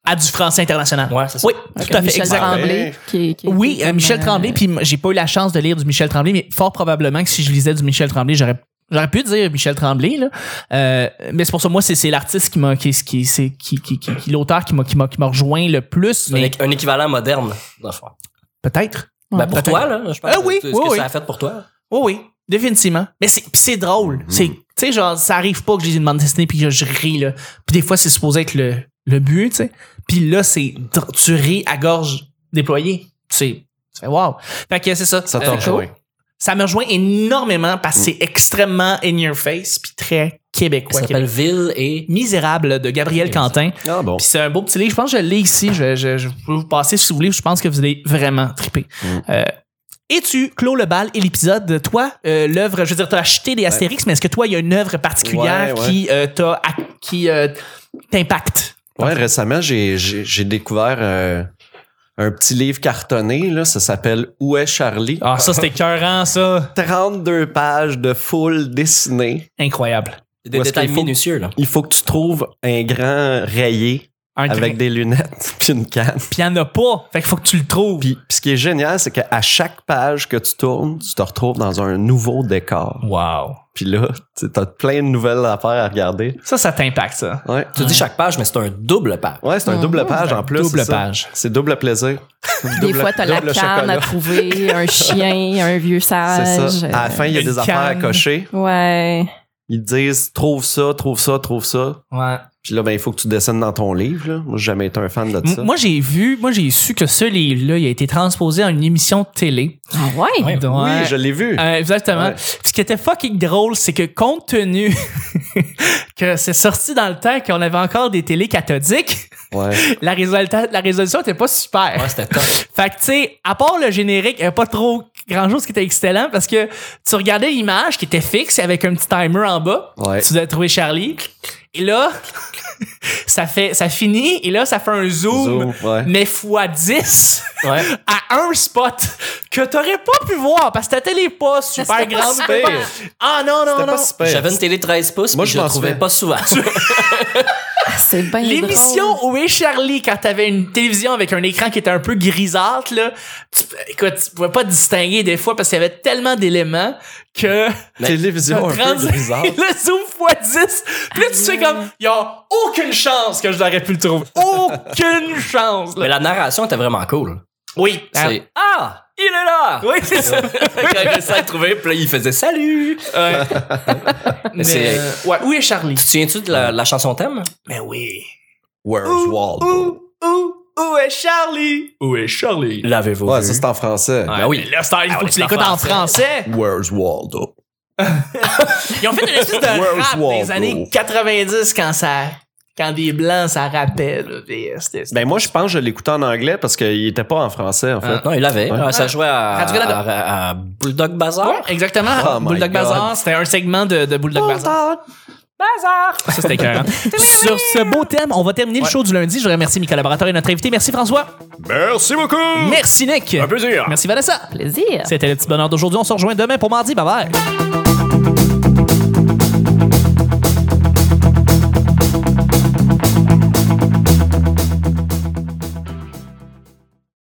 [SPEAKER 1] à du français international
[SPEAKER 4] ouais c'est ça
[SPEAKER 1] oui tout à fait
[SPEAKER 3] Michel
[SPEAKER 1] exactement
[SPEAKER 3] Tremblay, qui, qui-
[SPEAKER 1] Oui,
[SPEAKER 3] qui-
[SPEAKER 1] euh, Michel
[SPEAKER 3] euh,
[SPEAKER 1] Tremblay, puis m- j'ai pas eu la chance de lire du Michel Tremblay, mais fort probablement que si je lisais du Michel Tremblay, j'aurais j'aurais pu dire Michel Tremblay là. Euh, mais c'est pour ça moi c'est c'est l'artiste qui m'a qui qui c'est qui qui, qui- qui- l'auteur qui m'a qui m'a qui m'a rejoint le plus
[SPEAKER 4] C'est un,
[SPEAKER 1] mais
[SPEAKER 4] équ- un équivalent moderne dans le fond.
[SPEAKER 1] peut-être.
[SPEAKER 4] Ben, pour
[SPEAKER 1] Peut-être.
[SPEAKER 4] toi là je pense
[SPEAKER 1] Ah oui,
[SPEAKER 4] ce
[SPEAKER 1] oui,
[SPEAKER 4] que
[SPEAKER 1] oui.
[SPEAKER 4] ça a fait pour toi
[SPEAKER 1] Oui oui, définitivement. Mais c'est pis c'est drôle. C'est tu sais genre ça arrive pas que j'ai une bande dessinée puis que je ris là. Puis des fois c'est supposé être le le but, tu sais. Puis là c'est dr- tu ris à gorge déployée. C'est c'est wow. Fait que c'est ça.
[SPEAKER 2] Ça
[SPEAKER 1] Euh,
[SPEAKER 2] t'a rejoint.
[SPEAKER 1] ça me rejoint énormément parce que c'est extrêmement in your face puis très
[SPEAKER 4] ça
[SPEAKER 1] québécois.
[SPEAKER 4] s'appelle Ville et
[SPEAKER 1] Misérable de Gabriel Quentin.
[SPEAKER 2] Ah bon.
[SPEAKER 1] Puis c'est un beau petit livre. Je pense que je l'ai ici. Je, je, je peux vous passer si vous voulez. Je pense que vous allez vraiment triper.
[SPEAKER 2] Mm.
[SPEAKER 1] Euh, et tu clôt le bal et l'épisode. Toi, euh, l'œuvre, je veux dire, t'as acheté des Astérix, mais est-ce que toi, il y a une œuvre particulière
[SPEAKER 2] Ouais, ouais.
[SPEAKER 1] qui euh, t'a ac- qui euh, t'impacte?
[SPEAKER 2] Ouais, récemment, j'ai, j'ai, j'ai découvert euh, un petit livre cartonné, là. Ça s'appelle Où est Charlie?
[SPEAKER 1] Ah, ça, c'était écœurant, ça.
[SPEAKER 2] 32 pages de full dessiné.
[SPEAKER 1] Incroyable.
[SPEAKER 4] des
[SPEAKER 2] Où est-ce
[SPEAKER 4] détails
[SPEAKER 2] qu'il faut-
[SPEAKER 4] minutieux là
[SPEAKER 2] Il faut que tu trouves un grand rayé
[SPEAKER 1] Un
[SPEAKER 2] avec des lunettes puis une canne.
[SPEAKER 1] Puis il y en a pas. Fait qu'il faut que tu le trouves.
[SPEAKER 2] Puis, puis ce qui est génial, c'est qu'à chaque page que tu tournes, tu te retrouves dans un nouveau décor.
[SPEAKER 1] Wow.
[SPEAKER 2] Puis là, tu as plein de nouvelles affaires à regarder.
[SPEAKER 1] Ça, ça t'impacte, ça.
[SPEAKER 2] Ouais,
[SPEAKER 4] tu dis chaque page mais c'est un double page
[SPEAKER 2] ouais c'est un
[SPEAKER 3] Mhm.
[SPEAKER 2] double page en plus.
[SPEAKER 1] Double
[SPEAKER 2] c'est ça.
[SPEAKER 1] page.
[SPEAKER 2] C'est double plaisir.
[SPEAKER 3] Des
[SPEAKER 2] Double-
[SPEAKER 3] fois, t'as la
[SPEAKER 2] double
[SPEAKER 3] canne
[SPEAKER 2] chocolat.
[SPEAKER 3] à trouver, un chien, un vieux
[SPEAKER 2] C'est
[SPEAKER 3] sage.
[SPEAKER 2] ça. Ah. À la fin, il y a
[SPEAKER 1] Une
[SPEAKER 2] des affaires à
[SPEAKER 1] canne.
[SPEAKER 2] cocher.
[SPEAKER 3] euh, Ouais.
[SPEAKER 2] Ils te disent trouve ça, trouve ça, trouve ça.
[SPEAKER 1] Ouais.
[SPEAKER 2] Puis là, ben, il faut que tu dessines dans ton livre. Là. Moi, j'ai jamais été un fan de
[SPEAKER 1] M-
[SPEAKER 2] ça.
[SPEAKER 1] Moi, j'ai vu, moi, j'ai su que ce livre-là, il a été transposé à une émission de télé.
[SPEAKER 3] Ah ouais?
[SPEAKER 4] Ouais.
[SPEAKER 1] Donc,
[SPEAKER 2] oui, je l'ai vu.
[SPEAKER 1] euh, exactement.
[SPEAKER 2] Ouais.
[SPEAKER 1] Ce qui était fucking drôle, c'est que compte tenu que c'est sorti dans le temps qu'on avait encore des télés cathodiques,
[SPEAKER 2] Ouais.
[SPEAKER 1] la, résulta- la résolution était pas super.
[SPEAKER 4] ouais c'était top
[SPEAKER 1] Fait que, tu sais, à part le générique, il n'y a pas trop grand-chose qui était excellent parce que tu regardais l'image qui était fixe avec un petit timer en bas.
[SPEAKER 2] Ouais.
[SPEAKER 1] Tu devais trouver Charlie. Et là, ça fait, ça finit et là, ça fait un zoom,
[SPEAKER 2] Zoom, ouais.
[SPEAKER 1] mais fois 10
[SPEAKER 4] ouais
[SPEAKER 1] à un spot que t'aurais pas pu voir parce que ta télé est pas super
[SPEAKER 3] c'était pas
[SPEAKER 1] grande.
[SPEAKER 3] si
[SPEAKER 1] c'était pas-
[SPEAKER 2] pire.
[SPEAKER 1] Ah non, non,
[SPEAKER 2] C'était
[SPEAKER 1] non.
[SPEAKER 2] pas super.
[SPEAKER 4] j'avais une télé 13 pouces
[SPEAKER 2] Moi,
[SPEAKER 4] puis
[SPEAKER 2] je
[SPEAKER 4] je la
[SPEAKER 2] m'en
[SPEAKER 4] trouvais
[SPEAKER 2] souviens.
[SPEAKER 4] pas souvent
[SPEAKER 3] C'est bien drôle.
[SPEAKER 1] L'émission Où est Charlie quand t'avais une télévision avec un écran qui était un peu grisâtre, là, tu, écoute, tu pouvais pas te distinguer des fois parce qu'il y avait tellement d'éléments que
[SPEAKER 2] Télévision un peu
[SPEAKER 1] Trans-
[SPEAKER 4] Ah.
[SPEAKER 2] bizarre.
[SPEAKER 1] le zoom x10. Puis là, tu fais comme, il y a aucune chance que je l'aurais pu le trouver. Aucune chance, là.
[SPEAKER 4] mais la narration était vraiment cool
[SPEAKER 1] Oui. hein.
[SPEAKER 4] C'est, Ah! Il est là!
[SPEAKER 1] Oui, c'est ça.
[SPEAKER 4] Quand il essayait de trouver, puis là, il faisait salut!
[SPEAKER 1] Ouais. Mais,
[SPEAKER 4] c'est-
[SPEAKER 1] euh, ouais. Où est Charlie?
[SPEAKER 4] Tu te souviens-tu de la, la chanson thème?
[SPEAKER 1] Mais oui.
[SPEAKER 2] Where's Waldo?
[SPEAKER 1] Où, où, où est Charlie? Où est Charlie?
[SPEAKER 4] L'avez-vous
[SPEAKER 2] Ouais, ça c'est en français.
[SPEAKER 4] Ben oui.
[SPEAKER 1] Là, c'est- il faut
[SPEAKER 4] ouais,
[SPEAKER 1] que tu
[SPEAKER 4] c'est
[SPEAKER 1] l'écoutes
[SPEAKER 4] en
[SPEAKER 1] en français.
[SPEAKER 2] Where's Waldo?
[SPEAKER 1] Ils ont fait une espèce de
[SPEAKER 2] Where's
[SPEAKER 1] rap
[SPEAKER 2] Waldo?
[SPEAKER 1] des années 90 quand ça, quand des blancs, ça rappait, là, des- c'était- c'était-
[SPEAKER 2] Ben moi, je pense que je l'écoutais en anglais parce qu'il était pas en français, en fait.
[SPEAKER 4] Non, il l'avait.
[SPEAKER 2] Ouais.
[SPEAKER 4] Euh, Ça jouait à,
[SPEAKER 1] Radio-Canada.
[SPEAKER 4] à- à Bulldog Bazaar.
[SPEAKER 1] Ouais, exactement.
[SPEAKER 2] Oh my
[SPEAKER 1] Bulldog
[SPEAKER 2] God.
[SPEAKER 1] Bazaar, c'était un segment de, de Bulldog Bazaar.
[SPEAKER 3] Bazar!
[SPEAKER 1] Ça, c'était écœurant. Sur ce beau thème, on va terminer le show du lundi. Je remercie mes collaborateurs et notre invité. Merci François.
[SPEAKER 2] Merci beaucoup!
[SPEAKER 1] Merci Nick.
[SPEAKER 2] plaisir!
[SPEAKER 1] Merci Vanessa.
[SPEAKER 3] Plaisir!
[SPEAKER 1] C'était le petit bonheur d'aujourd'hui. On se rejoint demain pour mardi. Bye bye.